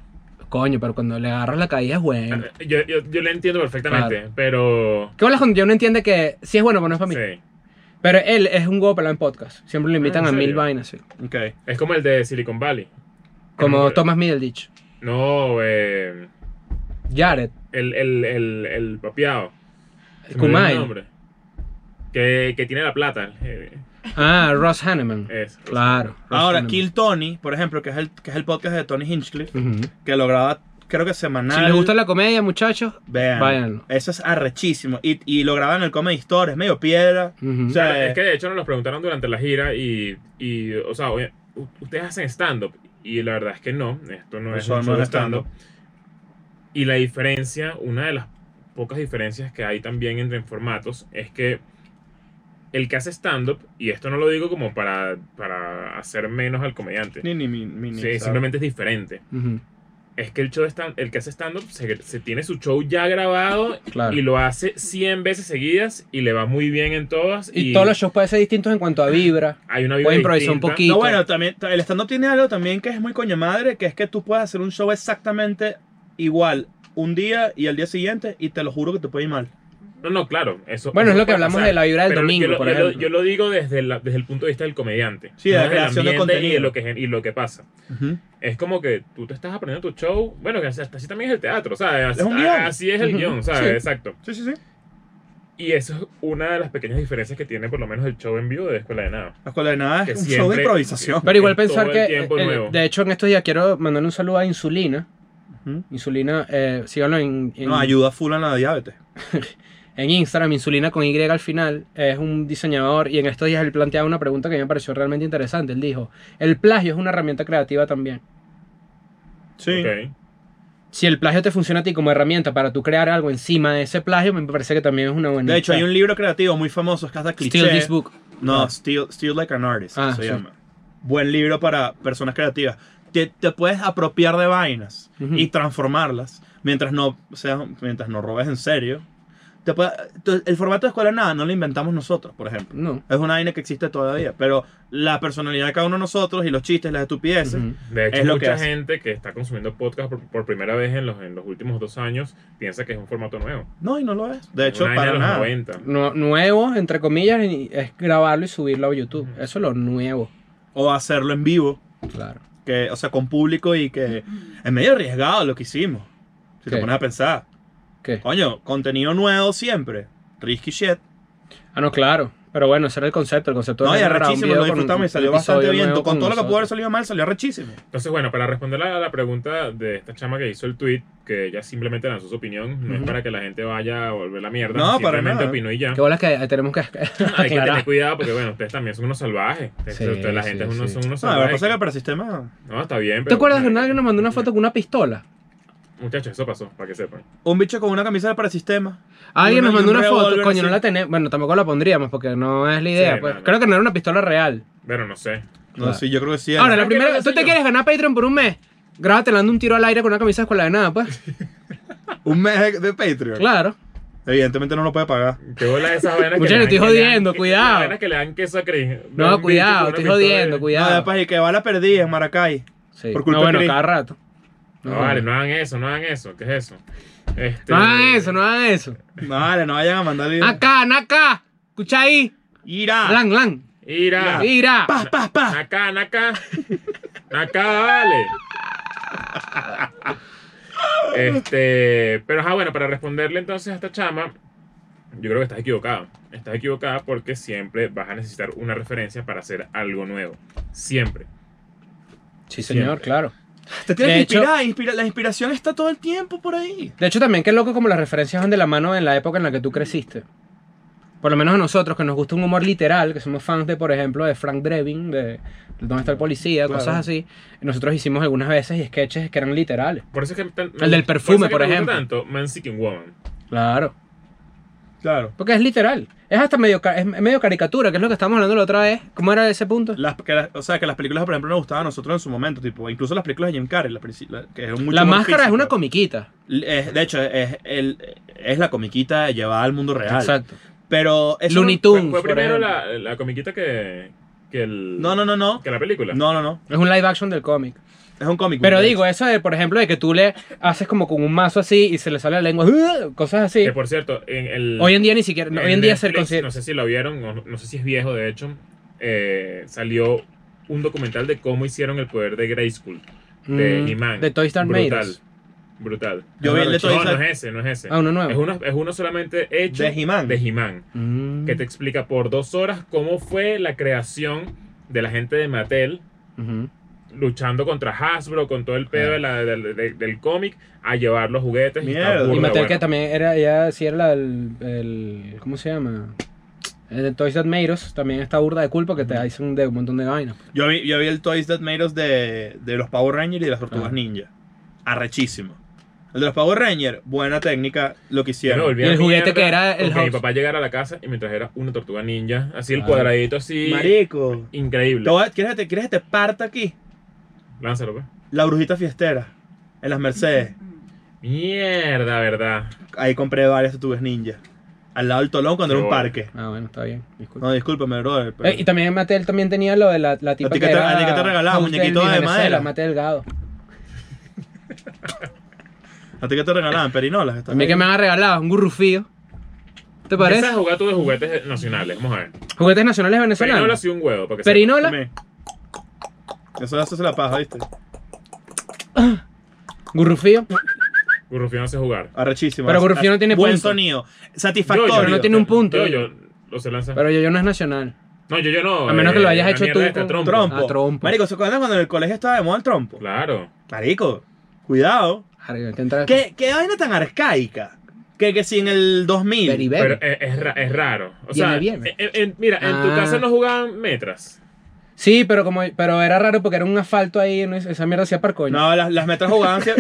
Speaker 4: coño pero cuando le agarras la caída es bueno
Speaker 2: Ah, Yo, yo, yo lo entiendo perfectamente, pero.
Speaker 4: qué bolas cuando yo no entiende que si es bueno pero no es para mí
Speaker 2: Sí.
Speaker 4: pero él es un huevo pelado en podcast siempre lo invitan
Speaker 2: Ah,
Speaker 4: a
Speaker 2: ¿en
Speaker 4: mil
Speaker 2: serio?
Speaker 4: vainas sí.
Speaker 3: Ok.
Speaker 2: Es como el de Silicon Valley.
Speaker 4: como
Speaker 2: Pero-
Speaker 4: Thomas Middleditch
Speaker 2: No, eh,
Speaker 4: Jared
Speaker 2: el, el, el, el papiado. Se me olvidó el
Speaker 4: Kumail
Speaker 2: nombre. Que, que tiene la plata. eh,
Speaker 4: ah Ross Hanneman
Speaker 2: Es.
Speaker 4: claro Ross
Speaker 3: Eh. Ahora,
Speaker 4: Hanneman.
Speaker 3: Kill Tony, por ejemplo, que es el, que es el podcast de Tony Hinchcliffe,
Speaker 4: Ujú.
Speaker 3: que lo graba creo que semanal.
Speaker 4: Si les gusta la comedia, muchachos,
Speaker 3: Vean.
Speaker 4: váyanlo.
Speaker 3: Eso es arrechísimo. Y, y lo graban en el Comedy Store, es medio piedra.
Speaker 4: Ujú.
Speaker 3: O sea,
Speaker 2: Claro, es que de hecho nos los preguntaron durante la gira y, y, o sea, oye, u- ustedes hacen stand-up y la verdad es que no, esto no es
Speaker 3: Eso
Speaker 2: un
Speaker 3: no
Speaker 2: show de
Speaker 3: es stand-up.
Speaker 2: stand-up. Y la diferencia, una de las pocas diferencias que hay también entre formatos es que el que hace stand-up, y esto no lo digo como para, para hacer menos al comediante,
Speaker 3: Ni, ni, ni, ni- ni,
Speaker 2: sí,
Speaker 3: ¿sabes?
Speaker 2: simplemente es diferente.
Speaker 4: Ujú.
Speaker 2: Es que el, show de stand- el que hace stand-up se, se tiene su show ya grabado
Speaker 4: Claro.
Speaker 2: y
Speaker 4: Y,
Speaker 2: lo hace 100 veces seguidas y le va muy bien en todas.
Speaker 4: todos los shows pueden ser distintos en cuanto a vibra.
Speaker 2: hay una vibra
Speaker 4: Pueden improvisar un
Speaker 2: distinta.
Speaker 4: poquito.
Speaker 3: No, bueno, también el stand-up tiene algo también que es muy coño madre, que es que tú puedes hacer un show exactamente igual un día y al día siguiente y te lo juro que te puede ir mal.
Speaker 2: No, no, claro. Eso,
Speaker 4: Bueno,
Speaker 2: eso
Speaker 4: es lo que
Speaker 2: puede
Speaker 4: hablamos
Speaker 2: pasar.
Speaker 4: de la vibra del
Speaker 2: Pero yo
Speaker 4: domingo,
Speaker 2: lo-
Speaker 4: por
Speaker 2: yo, lo,
Speaker 4: ejemplo.
Speaker 2: yo lo digo desde, la- desde el punto de vista del comediante.
Speaker 3: Sí, de la
Speaker 2: no desde el
Speaker 3: creación de
Speaker 2: ambiente Y de
Speaker 3: contenido.
Speaker 2: lo, que, gen- y lo que pasa. Es como que tú te estás aprendiendo tu show. Bueno, que hasta así también es el teatro, ¿sabes?
Speaker 3: Es un
Speaker 2: Así-
Speaker 3: guión.
Speaker 2: Así es el
Speaker 4: Ujú,
Speaker 2: guión, ¿sabes?
Speaker 4: sí.
Speaker 2: Exacto.
Speaker 3: Sí, sí, sí.
Speaker 2: Y eso es una de las pequeñas diferencias que tiene por lo menos el show en vivo de Escuela de Nada.
Speaker 3: La escuela de nada es
Speaker 2: Que
Speaker 3: un show
Speaker 2: siempre-
Speaker 3: de improvisación.
Speaker 4: Pero igual
Speaker 2: es todo
Speaker 4: pensar
Speaker 2: el
Speaker 4: que,
Speaker 2: tiempo
Speaker 4: eh,
Speaker 2: nuevo.
Speaker 4: de hecho, en estos días quiero mandarle un saludo a Insulina.
Speaker 3: Ujú.
Speaker 4: Insulina, eh, síganlo en, en,
Speaker 3: No, ayuda full a la diabetes.
Speaker 4: en Instagram, Insulina con Y al final. Es un diseñador y en estos días él planteaba una pregunta que a mí me pareció realmente interesante. Él dijo, el plagio es una herramienta creativa también.
Speaker 3: Sí.
Speaker 2: Ok.
Speaker 4: Si el plagio te funciona a ti como herramienta para tú crear algo encima de ese plagio, me parece que también es una buena
Speaker 3: De hecho, hay
Speaker 4: idea.
Speaker 3: un libro creativo muy famoso, es que hasta cliché.
Speaker 4: Steal this book.
Speaker 3: No,
Speaker 4: Ah.
Speaker 3: Steal, Steal Like an Artist
Speaker 4: Ah,
Speaker 3: se
Speaker 4: sí.
Speaker 3: llama. Buen libro para personas creativas. Te, te puedes apropiar de vainas
Speaker 4: Ujú.
Speaker 3: y transformarlas mientras no, seas- mientras no robes en serio. Te puede- tú- el formato de escuela de nada no lo inventamos nosotros, por ejemplo.
Speaker 4: No.
Speaker 3: Es una vaina que existe todavía, pero la personalidad de cada uno de nosotros y los chistes, las estupideces,
Speaker 4: Ujú.
Speaker 2: De hecho,
Speaker 3: Es lo que
Speaker 2: mucha
Speaker 3: hace.
Speaker 2: gente que está consumiendo podcast por, por primera vez en los, en los últimos dos años piensa que es un formato nuevo.
Speaker 3: no, y no lo es. De hecho,
Speaker 2: Una vaina de
Speaker 3: para
Speaker 2: los
Speaker 3: nada.
Speaker 2: 90.
Speaker 4: No- nuevo, entre comillas, y- es grabarlo y subirlo a YouTube. Eso es lo nuevo.
Speaker 3: O hacerlo en vivo,
Speaker 4: Claro.
Speaker 3: que, o sea, con público y que es medio arriesgado lo que hicimos. Si
Speaker 4: ¿Qué?
Speaker 3: te pones a pensar,
Speaker 4: ¿Qué?
Speaker 3: coño, contenido nuevo siempre. Risky shit.
Speaker 4: Ah, no, claro. Pero bueno, ese era el concepto. El concepto
Speaker 3: No, y
Speaker 4: era grabar un
Speaker 3: arrechísimo,
Speaker 4: video
Speaker 3: lo
Speaker 4: con un-
Speaker 3: disfrutamos y
Speaker 4: un
Speaker 3: salió bastante
Speaker 4: episodio
Speaker 3: bien.
Speaker 4: nuevo
Speaker 3: Con, todo lo que pudo haber
Speaker 4: nosotros.
Speaker 3: salido mal, salió arrechísimo.
Speaker 2: Entonces, bueno, para responder a la pregunta de esta chama que hizo el tweet, que ella simplemente lanzó su opinión, no es
Speaker 4: Ujú.
Speaker 2: para que la gente vaya a volver la mierda.
Speaker 3: No, para
Speaker 2: simplemente
Speaker 3: nada.
Speaker 2: opinó y ya.
Speaker 4: Qué bolas que tenemos que
Speaker 2: Hay que
Speaker 4: aclarar.
Speaker 2: tener cuidado porque, bueno, ustedes también son unos salvajes. Ustedes-
Speaker 4: Sí,
Speaker 2: ustedes- la
Speaker 4: sí,
Speaker 2: gente es unos-
Speaker 4: sí.
Speaker 2: son unos
Speaker 3: No, lo que
Speaker 2: salvajes.
Speaker 3: pasa es que para el sistema.
Speaker 2: No, está bien, pero.
Speaker 4: ¿Te acuerdas de una que nos mandó una foto con una pistola?
Speaker 2: Muchachos, eso pasó, para que sepan.
Speaker 3: Un bicho con una camisa de para el sistema.
Speaker 4: Alguien
Speaker 3: Uno
Speaker 4: nos
Speaker 3: y
Speaker 4: mandó
Speaker 3: un
Speaker 4: una foto,
Speaker 3: revólver,
Speaker 4: coño, no
Speaker 3: sí.
Speaker 4: la tenemos. Bueno, tampoco la pondríamos porque no es la idea.
Speaker 2: Sí,
Speaker 4: pues.
Speaker 2: no, no.
Speaker 4: Creo que no era una pistola real.
Speaker 2: Pero no sé.
Speaker 3: No,
Speaker 4: Claro.
Speaker 3: sí, yo creo que sí.
Speaker 4: Ahora,
Speaker 2: ¿Sabes
Speaker 3: era.
Speaker 4: la
Speaker 2: qué
Speaker 4: primera.
Speaker 2: puedo
Speaker 4: ¿Tú
Speaker 2: hacer
Speaker 4: te
Speaker 2: yo?
Speaker 4: quieres ganar Patreon por un mes? Grábate dando un tiro al aire con una camisa de escuela de nada, pues.
Speaker 3: Un mes de Patreon.
Speaker 4: Claro.
Speaker 3: Evidentemente no lo puede pagar.
Speaker 2: Qué bola de esas vainas que.
Speaker 4: Muchachos,
Speaker 2: le dan-
Speaker 4: estoy
Speaker 2: que le dan-
Speaker 4: jodiendo,
Speaker 2: que-
Speaker 4: cuidado.
Speaker 2: las vainas que le dan queso a Chris.
Speaker 4: No, cuidado, estoy jodiendo,
Speaker 3: No,
Speaker 4: cuidado.
Speaker 3: Ah, después, y que va la perdida en Maracay.
Speaker 4: Sí.
Speaker 3: por culpa
Speaker 4: no, bueno,
Speaker 3: de Chris.
Speaker 4: cada rato.
Speaker 2: No, vale, no hagan eso, no hagan eso. ¿Qué es eso? Este-
Speaker 4: No hagan eso, no hagan eso.
Speaker 3: No, Vale, no vayan a mandar videos.
Speaker 4: Acá, acá. Escucha ahí.
Speaker 3: Irá.
Speaker 4: Lan, lan.
Speaker 2: Ira.
Speaker 4: Mira.
Speaker 3: Paz, paz, paz.
Speaker 2: Naka, Naka. Naka, vale. Este, pero ajá, bueno, para responderle entonces a esta chama, yo creo que estás equivocada. Estás equivocada porque siempre vas a necesitar una referencia para hacer algo nuevo. Siempre.
Speaker 4: Sí, señor,
Speaker 2: Siempre.
Speaker 4: claro.
Speaker 3: Te tienes
Speaker 4: De
Speaker 3: que
Speaker 4: hecho-
Speaker 3: inspirar. inspira- La inspiración está todo el tiempo por ahí.
Speaker 4: De hecho, también qué loco como las referencias van de la mano en la época en la que tú creciste. Por lo menos a nosotros, que nos gusta un humor literal, que somos fans de, por ejemplo, de Frank Drebin, de Dónde está el policía,
Speaker 3: Claro.
Speaker 4: cosas así. Nosotros hicimos algunas veces sketches que eran literales.
Speaker 2: Por eso es que tan-
Speaker 4: El del
Speaker 2: por
Speaker 4: perfume,
Speaker 2: eso es que
Speaker 4: por
Speaker 2: me gusta
Speaker 4: ejemplo.
Speaker 2: tanto Man Seeking Woman.
Speaker 4: Claro.
Speaker 3: Claro.
Speaker 4: Porque es literal. Es hasta medio, ca- es medio caricatura, que es lo que estábamos hablando la otra vez. ¿Cómo era ese punto?
Speaker 3: Las, que las- o sea, que las películas, por ejemplo, nos gustaban a nosotros en su momento. tipo Incluso las películas de Jim Carrey. las princi- la- que es mucho
Speaker 4: la
Speaker 3: más
Speaker 4: máscara es
Speaker 3: físico.
Speaker 4: una comiquita.
Speaker 3: Es- de hecho, es, el, es la comiquita llevada al mundo real.
Speaker 4: Exacto.
Speaker 3: Pero eso
Speaker 4: Looney
Speaker 3: no,
Speaker 2: Fue,
Speaker 4: Tunes,
Speaker 2: fue
Speaker 4: por
Speaker 2: primero
Speaker 4: ejemplo.
Speaker 2: la, la comiquita que, que el.
Speaker 3: no, no, no, no.
Speaker 2: Que la película.
Speaker 3: No, no, no.
Speaker 4: Es un live action del cómic.
Speaker 3: Es un cómic.
Speaker 4: Pero
Speaker 3: book,
Speaker 4: digo, eso de, por ejemplo, de que tú le haces como con un mazo así y se le sale la lengua, ¡uh! cosas así.
Speaker 2: Que por cierto, en el.
Speaker 4: Hoy en día ni siquiera, hoy en día se
Speaker 2: Netflix,
Speaker 4: considera.
Speaker 2: No sé si lo vieron, o no, no sé si es viejo de hecho. eh, salió un documental de cómo hicieron el poder de Grayskull, de
Speaker 4: Mm,
Speaker 2: He-Man.
Speaker 4: de Toy Star
Speaker 2: Brutal.
Speaker 4: Maiders.
Speaker 2: Brutal.
Speaker 3: Yo vi el de Toy
Speaker 2: no,
Speaker 3: Star-
Speaker 2: no es ese, no es ese.
Speaker 4: Ah, uno
Speaker 2: es,
Speaker 4: nuevo.
Speaker 2: uno, es uno solamente hecho
Speaker 3: De He-Man.
Speaker 2: de He-Man,
Speaker 4: Mm,
Speaker 2: que te explica por dos horas cómo fue la creación de la gente de Mattel
Speaker 4: ujú.
Speaker 2: luchando contra Hasbro, con todo el pedo de la- del- del- del cómic, a llevar los juguetes. y está
Speaker 3: Ah. Mierda.
Speaker 2: burda
Speaker 4: Y Mattel
Speaker 2: bueno.
Speaker 4: que también era, ella sí era la del- el- ¿cómo se llama? El de Toys That Made Us, también está burda de culpa que te hacen de un montón de vainas.
Speaker 3: Yo vi, yo vi el Toys That Made Us de, de los Power Rangers y de las Tortugas
Speaker 4: Ah.
Speaker 3: Ninja. Arrechísimo. El de los Power Rangers, buena técnica, lo
Speaker 2: Yo
Speaker 3: que
Speaker 2: me
Speaker 3: hicieron.
Speaker 2: volví
Speaker 4: Y
Speaker 2: a
Speaker 4: el juguete
Speaker 2: mierda
Speaker 4: que era el
Speaker 2: con que mi
Speaker 4: house.
Speaker 2: papá llegara a la casa y me trajera una tortuga ninja, así el
Speaker 4: Ah.
Speaker 2: cuadradito, así.
Speaker 3: Marico. Te
Speaker 2: Increíble.
Speaker 3: voy a- ¿Quieres que te, quieres que te parta aquí?
Speaker 2: Lánzalo, pues.
Speaker 3: La brujita fiestera. En las Mercedes.
Speaker 2: Mierda, verdad.
Speaker 3: Ahí compré varias tortugas ninja. Al lado del Tolón cuando era
Speaker 2: Qué
Speaker 3: un
Speaker 2: bueno.
Speaker 3: parque.
Speaker 4: Ah, bueno, está bien, disculpa.
Speaker 3: No, discúlpame, brother. pero-
Speaker 4: Eh, y también Mattel también tenía lo de la, la tipa
Speaker 3: ti
Speaker 4: que,
Speaker 3: que te-
Speaker 4: era
Speaker 3: a ti que te regalaba,
Speaker 4: host del
Speaker 3: muñequito de
Speaker 4: Venezuela,
Speaker 3: madera.
Speaker 4: Mate Delgado.
Speaker 3: ¿A ti qué te regalaban? Perinolas.
Speaker 4: A mí que me han regalado un gurrufío. ¿Te
Speaker 2: Empieza
Speaker 4: parece?
Speaker 2: a jugar tú de juguetes nacionales. Vamos a ver.
Speaker 4: Juguetes
Speaker 2: Perinola
Speaker 4: nacionales
Speaker 2: ha
Speaker 4: venezolanos.
Speaker 2: sido un huevo. Porque
Speaker 4: Perinola,
Speaker 3: También. Eso hace la paja, ¿viste?
Speaker 4: gurrufío.
Speaker 2: Ah. Gurrufino no sé jugar.
Speaker 3: Arrechísimo.
Speaker 4: Pero
Speaker 3: Hace-
Speaker 4: Gurrufino
Speaker 3: hace-
Speaker 4: tiene
Speaker 3: Buen
Speaker 4: punto.
Speaker 3: sonido. Satisfactorio.
Speaker 4: Pero no tiene un punto.
Speaker 2: Yo, yo, lo sé lanzar.
Speaker 4: Pero yo, yo no es nacional.
Speaker 2: no, yo, yo no. eh,
Speaker 4: A menos que lo hayas
Speaker 2: la
Speaker 4: hecho
Speaker 2: mierda
Speaker 4: tú
Speaker 2: esta,
Speaker 4: con-
Speaker 2: trompo.
Speaker 3: Trompo.
Speaker 4: Ah, trompo.
Speaker 3: Marico, ¿se acuerdan cuando en el colegio estaba de moda el trompo?
Speaker 2: Claro.
Speaker 3: Marico, cuidado.
Speaker 4: Arriba, hay que entrar-
Speaker 3: ¿Qué, qué vaina tan arcaica? Que, que si en el 2000.
Speaker 4: Very bad.
Speaker 2: Pero eh. es, es ra- es raro. O sea,
Speaker 4: Viene bien.
Speaker 2: eh, eh, eh, mira, en tu
Speaker 4: Ah.
Speaker 2: casa no jugaban metras.
Speaker 4: Sí, pero como pero era raro porque era un asfalto ahí, no es- esa mierda hacía parcoño. No.
Speaker 3: No, las, las metras jugaban. sie-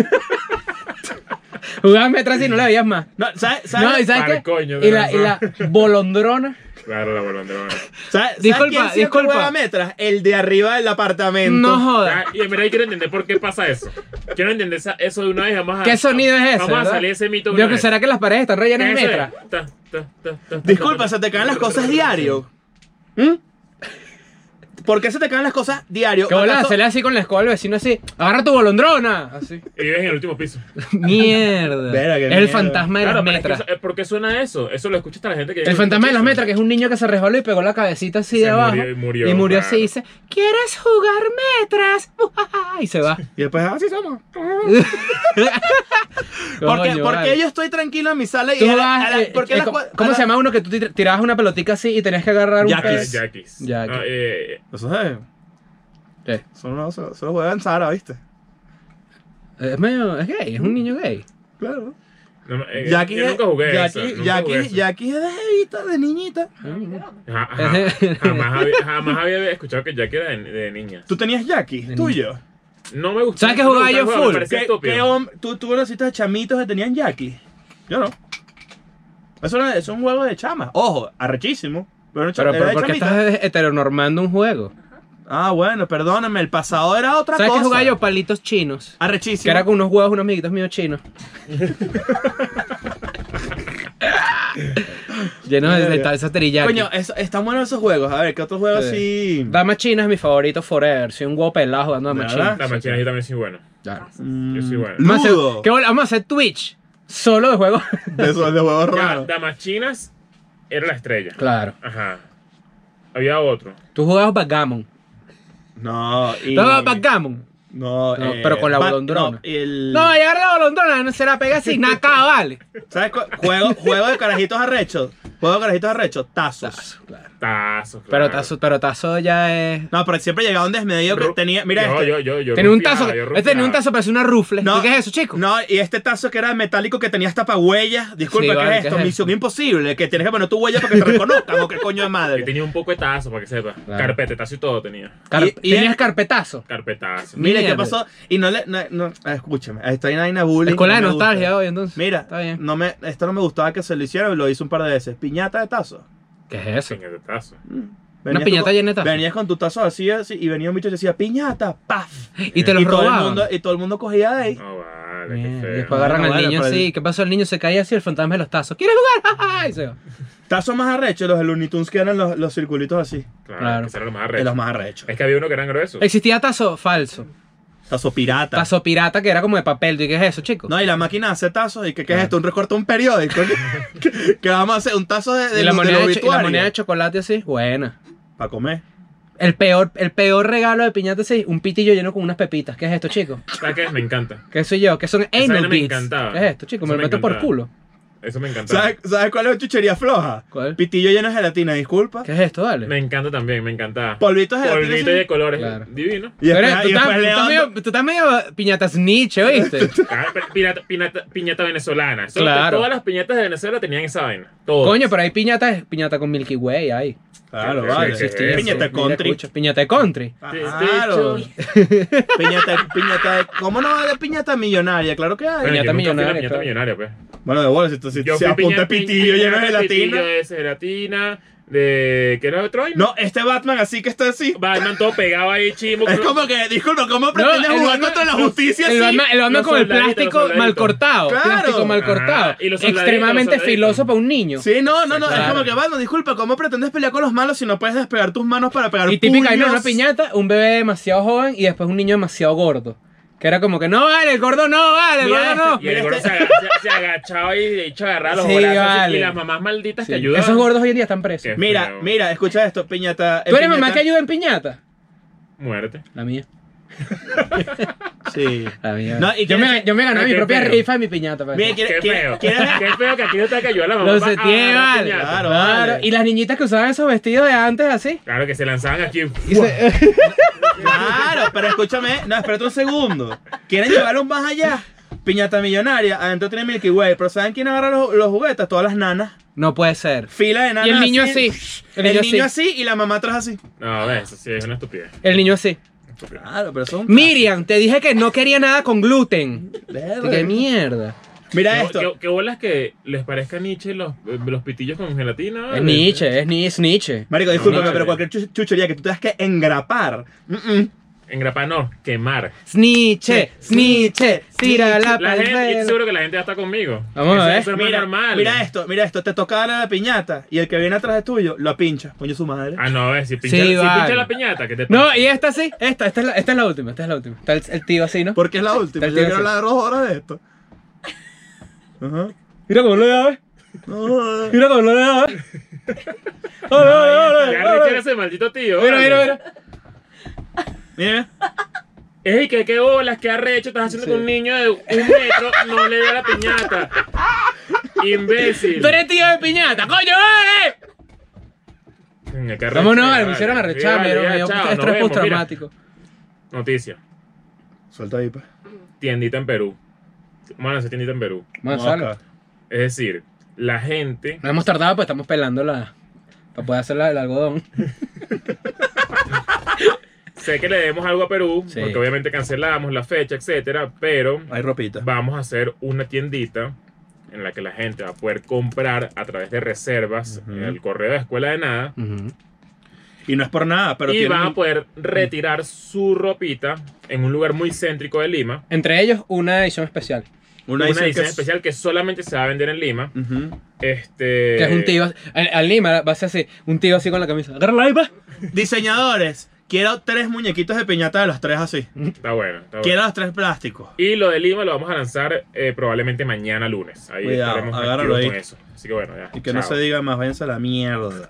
Speaker 4: Jugabas metras y no la veías más.
Speaker 3: no, ¿sabes?
Speaker 4: No, ¿y
Speaker 3: ¿sabes?
Speaker 4: sabes
Speaker 2: Parcoño,
Speaker 4: qué? Y la, y la
Speaker 2: ¿verdad?
Speaker 4: bolondrona.
Speaker 2: Claro, la volvandrona.
Speaker 3: ¿sabes- ¿sabes
Speaker 4: Disculpa,
Speaker 3: quién siempre
Speaker 4: disculpa.
Speaker 3: jugaba metras? El de arriba del apartamento.
Speaker 4: No
Speaker 2: Ah,
Speaker 4: jodas.
Speaker 2: Y en verdad quiero entender por qué pasa eso. Quiero entender esa- eso de una vez. Vamos a,
Speaker 4: ¿Qué sonido es ese?
Speaker 2: Vamos a
Speaker 4: verdad?
Speaker 2: salir ese mito. de
Speaker 4: Yo
Speaker 2: una
Speaker 4: que
Speaker 2: vez.
Speaker 4: será que las paredes están rellenas de
Speaker 2: Eso es.
Speaker 4: metras.
Speaker 2: Ta, ta, ta, ta,
Speaker 3: Disculpa,
Speaker 2: ta,
Speaker 3: se te caen las
Speaker 2: ta, ta,
Speaker 3: cosas
Speaker 2: ta, ta,
Speaker 3: diario. ¿Mm? ¿Por qué se te caen las cosas diario?
Speaker 4: Que hola,
Speaker 3: ¿Acaso-
Speaker 4: se le así con la escoba al vecino así. Agarra tu bolondrona. Así.
Speaker 2: Y vives en el último piso.
Speaker 4: Mierda.
Speaker 3: Verga, qué
Speaker 4: el
Speaker 3: mierda.
Speaker 4: fantasma de
Speaker 2: Claro,
Speaker 4: las
Speaker 2: pero es que
Speaker 4: metras.
Speaker 2: eso- eh, ¿por qué suena eso? Eso lo escucha hasta la gente que...
Speaker 4: El fantasma de las metras, que es un niño que se resbaló y pegó la cabecita así
Speaker 2: Se
Speaker 4: de abajo.
Speaker 2: murió y murió, claro.
Speaker 4: así y dice, ¿quieres jugar metras? Y se va.
Speaker 3: Y después, así somos. Porque,
Speaker 4: Coño,
Speaker 3: porque
Speaker 4: vale.
Speaker 3: yo estoy tranquilo en mi sala y.
Speaker 4: Tú
Speaker 3: a la-
Speaker 4: vas,
Speaker 3: a la-
Speaker 4: eh,
Speaker 3: ¿por qué
Speaker 4: eh,
Speaker 3: las
Speaker 4: ¿cómo,
Speaker 3: cua-
Speaker 4: cómo
Speaker 3: a la-
Speaker 4: se llama uno que tú tir- tirabas una pelotica así y tenías que agarrar un
Speaker 3: Yaquis.
Speaker 4: pez?
Speaker 2: Jackis.
Speaker 4: Yaquis.
Speaker 2: Ah, eh,
Speaker 3: Eso es.
Speaker 4: ¿Qué?
Speaker 3: Solo, solo, solo juega en Sara, ¿viste?
Speaker 4: Es medio, es gay, es un niño gay.
Speaker 3: Claro.
Speaker 2: no, eh,
Speaker 3: Jackie
Speaker 2: yo
Speaker 3: es-
Speaker 2: nunca jugué
Speaker 3: Jackie,
Speaker 2: eso. nunca
Speaker 3: Jackie-
Speaker 2: jugué eso.
Speaker 3: Jackie es de jevita, de niñita.
Speaker 2: Ja- ja- jamás, había, jamás había escuchado que Jackie era de, de niña.
Speaker 3: ¿Tú tenías Jackie?
Speaker 4: De
Speaker 3: ¿Tuyo?
Speaker 2: No me gustó.
Speaker 4: ¿Sabes qué jugaba yo full?
Speaker 2: ¿Qué,
Speaker 3: ¿Qué, qué hom- ¿Tú, tú conociste a chamitos que tenían Jackie? Yo no. Eso era, es un juego de chama. Ojo, arrechísimo. Pero,
Speaker 4: Pero, pero
Speaker 3: era de
Speaker 4: ¿por qué
Speaker 3: chamita.
Speaker 4: estás heteronormando un juego?
Speaker 3: Ah, bueno, perdóname. El pasado era otra
Speaker 4: ¿Sabes
Speaker 3: cosa.
Speaker 4: qué jugaba yo? Palitos chinos.
Speaker 3: Arrechísimo.
Speaker 4: Que era con unos huevos, unos amiguitos míos chinos. Llenos de, de salsa teriyaki.
Speaker 3: Coño, eso- están buenos esos juegos. A ver, ¿qué otros juegos
Speaker 4: Sí.
Speaker 3: sí?
Speaker 4: Dama china es mi favorito forever. Soy un huevo pelado jugando dama
Speaker 3: ¿De
Speaker 4: china.
Speaker 3: verdad?
Speaker 2: La máquina yo también soy bueno.
Speaker 4: Claro.
Speaker 3: Mm,
Speaker 2: Yo soy bueno.
Speaker 4: Vamos a hacer-
Speaker 3: Ludo.
Speaker 4: ¿Qué bola? Vamos a hacer Twitch. Solo de juegos.
Speaker 3: De esos de juegos
Speaker 2: Ya,
Speaker 3: raros.
Speaker 2: Damas Chinas era la estrella.
Speaker 4: claro.
Speaker 2: Ajá. Había otro.
Speaker 4: Tú jugabas Backgammon.
Speaker 3: No, y...
Speaker 4: ¿Tú jugabas Backgammon?
Speaker 3: No, eh,
Speaker 4: No, pero con la
Speaker 3: Bat-
Speaker 4: golondrona.
Speaker 3: no, el-
Speaker 4: No, eh. llegar la bolondrona, no se la pega así, naca, vale.
Speaker 3: ¿Sabes cuál? Juego, juego de carajitos arrechos. Juego de carajitos arrechos. Tazos.
Speaker 4: claro.
Speaker 2: Tazos.
Speaker 4: Pero
Speaker 2: claro.
Speaker 4: tazo, pero tazo ya es.
Speaker 3: No, pero siempre llegaba un desmedido que
Speaker 2: Ru-
Speaker 3: tenía. Mira
Speaker 2: yo,
Speaker 3: este.
Speaker 2: yo, yo, yo
Speaker 4: Tenía un
Speaker 2: rufiaba,
Speaker 4: tazo.
Speaker 2: yo
Speaker 4: Este tenía un
Speaker 2: rufiaba.
Speaker 4: tazo, parece una rufle.
Speaker 3: No.
Speaker 4: ¿Tú ¿Qué es eso, chico?
Speaker 3: No, y este tazo que era metálico que tenía hasta huellas. Disculpa,
Speaker 4: Sí,
Speaker 3: ¿qué
Speaker 4: vale,
Speaker 3: es
Speaker 4: ¿qué
Speaker 3: esto?
Speaker 4: es
Speaker 3: Misión
Speaker 4: esto?
Speaker 3: imposible. Que tienes que poner tu huella para que te reconozcan o qué coño de
Speaker 2: Y
Speaker 3: madre.
Speaker 2: tenía un poco de tazo, para que sepa.
Speaker 4: Claro.
Speaker 2: Carpetetazo y todo tenía.
Speaker 4: Car-
Speaker 3: Y- y-
Speaker 4: tenías carpetazo.
Speaker 2: Carpetazo.
Speaker 3: Mira, ¿qué
Speaker 4: Mierda.
Speaker 3: pasó? Y no le. No, no, ah, escúchame, ahí está Inaina Bullying.
Speaker 4: Escuela de
Speaker 3: no me gusta.
Speaker 4: nostalgia hoy, entonces.
Speaker 3: Mira,
Speaker 4: Está bien.
Speaker 3: No me, esto no me gustaba que se lo hiciera, lo hice un par de veces. Piñata de tazo.
Speaker 4: ¿Qué es eso?
Speaker 2: Carpetazo.
Speaker 3: Venías
Speaker 4: piñata
Speaker 3: con-
Speaker 4: llena de tazos.
Speaker 3: Venías con tu tazo así, así y venía un bicho y decía, piñata, paf.
Speaker 4: Y te los
Speaker 3: todo el
Speaker 4: robaban.
Speaker 3: mundo- y todo el mundo cogía de ahí.
Speaker 2: No vale,
Speaker 4: Bien,
Speaker 2: qué
Speaker 4: y
Speaker 2: feo.
Speaker 4: después agarran
Speaker 3: Bueno, bueno,
Speaker 4: al
Speaker 3: pues.
Speaker 4: niño
Speaker 3: pero
Speaker 4: así.
Speaker 3: el-
Speaker 4: ¿Qué pasó? El niño se caía así, el fantasma de los tazos. ¿Quieres jugar? ¡Ja, ja, ja! Y se va.
Speaker 3: Tazos más arrechos, los de Looney Tunes que eran los, los circulitos así.
Speaker 2: Claro,
Speaker 4: Claro.
Speaker 2: que ese era lo más
Speaker 3: De
Speaker 2: arrecho.
Speaker 3: los más arrechos.
Speaker 2: Es que había uno que eran gruesos.
Speaker 4: Existía tazo falso.
Speaker 3: Tazo pirata.
Speaker 4: Tazo pirata que era como de papel. ¿Y qué es eso, chico?
Speaker 3: No, y la máquina hace tazos. ¿Y qué, qué es esto? ¿Un recorte de un periódico? ¿Qué, qué vamos a hacer? ¿Un tazo de, de,
Speaker 4: y, la
Speaker 3: lo- de
Speaker 4: moneda
Speaker 3: lo
Speaker 4: de, cho- y la
Speaker 3: obituario?
Speaker 4: moneda de chocolate así. Buena.
Speaker 3: Para comer.
Speaker 4: El peor, el peor regalo de piñata así. Un pitillo lleno con unas pepitas. ¿Qué es esto, chico?
Speaker 2: ¿Sabes qué? Me encanta.
Speaker 4: ¿Qué soy yo? ¿Qué son
Speaker 2: vaina
Speaker 4: anal
Speaker 2: me
Speaker 4: beads?
Speaker 2: encantaba.
Speaker 4: ¿Qué es esto, chico?
Speaker 2: Eso
Speaker 4: Me,
Speaker 2: me
Speaker 4: meto por
Speaker 2: encantaba.
Speaker 4: culo.
Speaker 2: Eso me encanta.
Speaker 3: ¿Sabes, sabes cuál es chuchería floja?
Speaker 4: ¿Cuál?
Speaker 3: Pitillo lleno de gelatina, disculpa.
Speaker 4: ¿Qué es esto, vale?
Speaker 2: Me encanta también, me encanta.
Speaker 4: Pues,
Speaker 3: Polvito de gelatina.
Speaker 2: Polvito
Speaker 3: sí.
Speaker 2: de colores.
Speaker 4: Claro.
Speaker 2: Divino.
Speaker 3: Y
Speaker 4: Pero
Speaker 3: después,
Speaker 4: tú
Speaker 3: y
Speaker 4: estás-
Speaker 3: después
Speaker 4: tú
Speaker 3: le
Speaker 4: estás
Speaker 3: dan-
Speaker 4: medio- tú estás medio piñatas Nietzsche, ¿oíste?
Speaker 2: Ah, pero piñata, piñata- piñata venezolana. Eso-
Speaker 4: Claro.
Speaker 2: Todas las piñatas de Venezuela tenían esa vaina. Todas.
Speaker 4: Coño, pero hay piñatas, piñata con Milky Way, hay.
Speaker 3: Claro,
Speaker 2: Sí,
Speaker 3: vale.
Speaker 2: sí, sí, sí.
Speaker 3: Piñata
Speaker 4: Mira,
Speaker 3: country.
Speaker 4: escucha, Piñata de country.
Speaker 2: Te- te
Speaker 3: Ah, Claro.
Speaker 2: he dicho.
Speaker 3: Piñata, piñata. ¿Cómo no hay piñata millonaria? Claro que hay.
Speaker 2: Bueno, yo
Speaker 4: Piñata
Speaker 2: nunca fui a la
Speaker 4: millonaria,
Speaker 2: Piñata
Speaker 4: claro.
Speaker 2: millonaria, pues.
Speaker 3: Bueno, de bolas, entonces
Speaker 2: Yo
Speaker 3: si
Speaker 2: fui
Speaker 3: se apunta
Speaker 2: piña-
Speaker 3: pitillo
Speaker 2: piña-
Speaker 3: lleno de gelatina.
Speaker 2: Pitillo de gelatina, de... ¿Qué era otro? vaina?
Speaker 3: No, este Batman así que está así.
Speaker 2: Batman todo pegado ahí, chimo.
Speaker 3: Es como que, disculpa, ¿cómo pretendes
Speaker 4: el
Speaker 3: jugar
Speaker 4: Batman-
Speaker 3: contra la justicia
Speaker 4: El
Speaker 3: así?
Speaker 4: Batman, el Batman
Speaker 2: Los
Speaker 4: con el
Speaker 2: soldaditos, los
Speaker 4: plástico
Speaker 2: soldaditos.
Speaker 4: mal cortado.
Speaker 3: Claro.
Speaker 4: Plástico mal
Speaker 2: Ajá,
Speaker 4: cortado.
Speaker 2: y los soldaditos,
Speaker 4: Extremadamente
Speaker 2: los soldaditos.
Speaker 4: filoso para un niño.
Speaker 3: Sí, no, no, no. Es
Speaker 4: Claro.
Speaker 3: como que, Batman, disculpa, ¿cómo pretendes pelear con los malos si no puedes despegar tus manos para pegar
Speaker 4: Y típica en
Speaker 3: puños?
Speaker 4: una piñata, un bebé demasiado joven y después un niño demasiado gordo. Que era como que, no vale, el gordo no vale, el
Speaker 2: Mira
Speaker 4: gordo no.
Speaker 2: este. Y el gordo se, aga- se- se agachaba y de hecho agarraba los
Speaker 4: Sí,
Speaker 2: brazos así,
Speaker 4: vale.
Speaker 2: y las mamás malditas
Speaker 4: Sí.
Speaker 2: que ayudan.
Speaker 4: Esos gordos hoy en día están presos.
Speaker 2: Qué
Speaker 3: Mira,
Speaker 2: feo.
Speaker 3: mira, escucha esto, piñata.
Speaker 4: ¿Tú eres mamá que ayuda en piñata?
Speaker 2: Muerte.
Speaker 4: La mía.
Speaker 3: Sí.
Speaker 4: La mía.
Speaker 3: No, y
Speaker 4: yo,
Speaker 3: que-
Speaker 4: me, yo me gané
Speaker 2: Ay,
Speaker 4: mi
Speaker 2: qué
Speaker 4: propia
Speaker 2: feo.
Speaker 4: rifa de mi piñata. pues. parece.
Speaker 3: Mira,
Speaker 2: Qué
Speaker 3: ¿quieres-
Speaker 2: feo.
Speaker 3: quieres- quieres-
Speaker 2: Qué feo que aquí no te que ayudar la mamá.
Speaker 4: Los
Speaker 2: pa- ah,
Speaker 4: setié,
Speaker 2: la
Speaker 4: vale.
Speaker 2: piñata.
Speaker 3: Claro.
Speaker 4: Claro,
Speaker 3: vale.
Speaker 4: Y las niñitas que usaban esos vestidos de antes así. "Eh,
Speaker 2: Claro, que se lanzaban aquí.
Speaker 4: Y se-
Speaker 3: Claro, pero escúchame, no, espérate un segundo. Quieren llevarlo más allá. Piñata millonaria, adentro tiene Milky Way, pero ¿saben quién agarra los, los juguetes? Todas las nanas.
Speaker 4: no puede ser.
Speaker 3: Fila de nanas.
Speaker 4: Y el niño así.
Speaker 3: El, niño, así. y la mamá atrás así.
Speaker 2: No, ves, eso sí es una estupidez.
Speaker 4: El niño así.
Speaker 3: Claro, pero son.
Speaker 4: Miriam, te dije que no quería nada con gluten.
Speaker 3: Verga.
Speaker 4: ¡Qué mierda!
Speaker 3: Mira
Speaker 2: ¿Qué,
Speaker 3: esto.
Speaker 2: qué- qué bolas que les parezca Nietzsche los, los pitillos con gelatina?
Speaker 4: Es
Speaker 2: vale?
Speaker 4: Nietzsche, es Nietzsche, es Nietzsche.
Speaker 3: Marico, discúlpame,
Speaker 2: Madre.
Speaker 3: pero cualquier chu- chuchería que tú tengas que engrapar. mm, mm.
Speaker 2: Engrapar no, quemar.
Speaker 4: Es Nietzsche, es Nietzsche, tira la
Speaker 2: La gente, yo estoy
Speaker 4: palmera.
Speaker 2: seguro que la gente ya está conmigo.
Speaker 4: Vamos a
Speaker 2: Eso-
Speaker 4: ver.
Speaker 2: Eso es más
Speaker 3: Mira,
Speaker 2: normal.
Speaker 3: mira esto, mira esto. Te toca darle a la piñata y el que viene atrás de tuyo lo pincha. Coño su madre.
Speaker 2: Ah, no, ves, si pincha,
Speaker 4: Sí,
Speaker 2: si
Speaker 4: vale.
Speaker 2: pincha la piñata, que te
Speaker 4: No, y esta sí, esta, esta es la, esta es la última, esta es la última. Está el, el tío así, ¿no?
Speaker 3: Porque es la última.
Speaker 4: Tal
Speaker 3: Yo
Speaker 4: tío
Speaker 3: quiero
Speaker 4: así.
Speaker 3: hablar dos horas de esto. Ajá.
Speaker 4: Mira cómo lo deja, ¿ves?
Speaker 3: No, no, no.
Speaker 4: Mira cómo lo deja, ¿ves? Ole, ole, ole,
Speaker 2: Ya
Speaker 4: ole.
Speaker 2: rechera ese maldito tío.
Speaker 4: Mira,
Speaker 2: vale.
Speaker 4: mira, mira.
Speaker 3: Mira,
Speaker 2: Ey, que qué bolas, qué arrecho, estás haciendo
Speaker 4: Sí.
Speaker 2: que un niño de un metro no le dé a la piñata. Imbécil.
Speaker 4: Tú eres tío de piñata, coño, vale.
Speaker 2: Coño, qué arrecho,
Speaker 4: Vámonos,
Speaker 2: vale.
Speaker 4: me hicieron
Speaker 2: Sí,
Speaker 4: arrechar, me
Speaker 2: vale,
Speaker 4: dio-
Speaker 2: ya,
Speaker 4: me dio
Speaker 2: chao, nos
Speaker 4: estrés
Speaker 2: vemos, mira.
Speaker 4: postraumático.
Speaker 2: Noticia.
Speaker 3: Suelta ahí, pues. pa.
Speaker 2: Tiendita en Perú. Bueno, se tiendita en Perú.
Speaker 4: Manzana.
Speaker 3: Mosca.
Speaker 2: Es decir, la gente.
Speaker 4: No hemos tardado, pues estamos pelando la. Para poder hacer la del algodón.
Speaker 2: Sé que le debemos algo a Perú,
Speaker 4: Sí.
Speaker 2: porque obviamente cancelamos la fecha, etcétera, pero
Speaker 3: Hay ropita.
Speaker 2: vamos a hacer una tiendita en la que la gente va a poder comprar a través de reservas
Speaker 3: Ujú.
Speaker 2: en el correo de Escuela de Nada
Speaker 3: Y no es por nada, pero
Speaker 2: y pues,
Speaker 3: tienen-
Speaker 2: van a poder retirar su ropita en un lugar muy céntrico de Lima.
Speaker 4: Entre ellos, una edición especial.
Speaker 2: Una,
Speaker 3: una edición que
Speaker 2: edición
Speaker 3: es-
Speaker 2: especial que solamente se va a vender en Lima.
Speaker 3: Ujú.
Speaker 2: Este,
Speaker 4: Que es un tío. Al, al Lima va a ser así. Un tío así con la camisa. Agarra la iPad.
Speaker 3: Diseñadores, quiero tres muñequitos de piñata de los tres así.
Speaker 2: Está bueno, está bueno.
Speaker 3: Quiero los tres plásticos.
Speaker 2: Y lo de Lima lo vamos a lanzar eh, probablemente mañana lunes. Ahí
Speaker 3: Cuidado,
Speaker 2: estaremos
Speaker 3: agárralo
Speaker 2: activos
Speaker 3: ahí.
Speaker 2: con eso. Así que bueno, ya.
Speaker 3: Y que no
Speaker 2: chao.
Speaker 3: se diga más, váyanse a la mierda.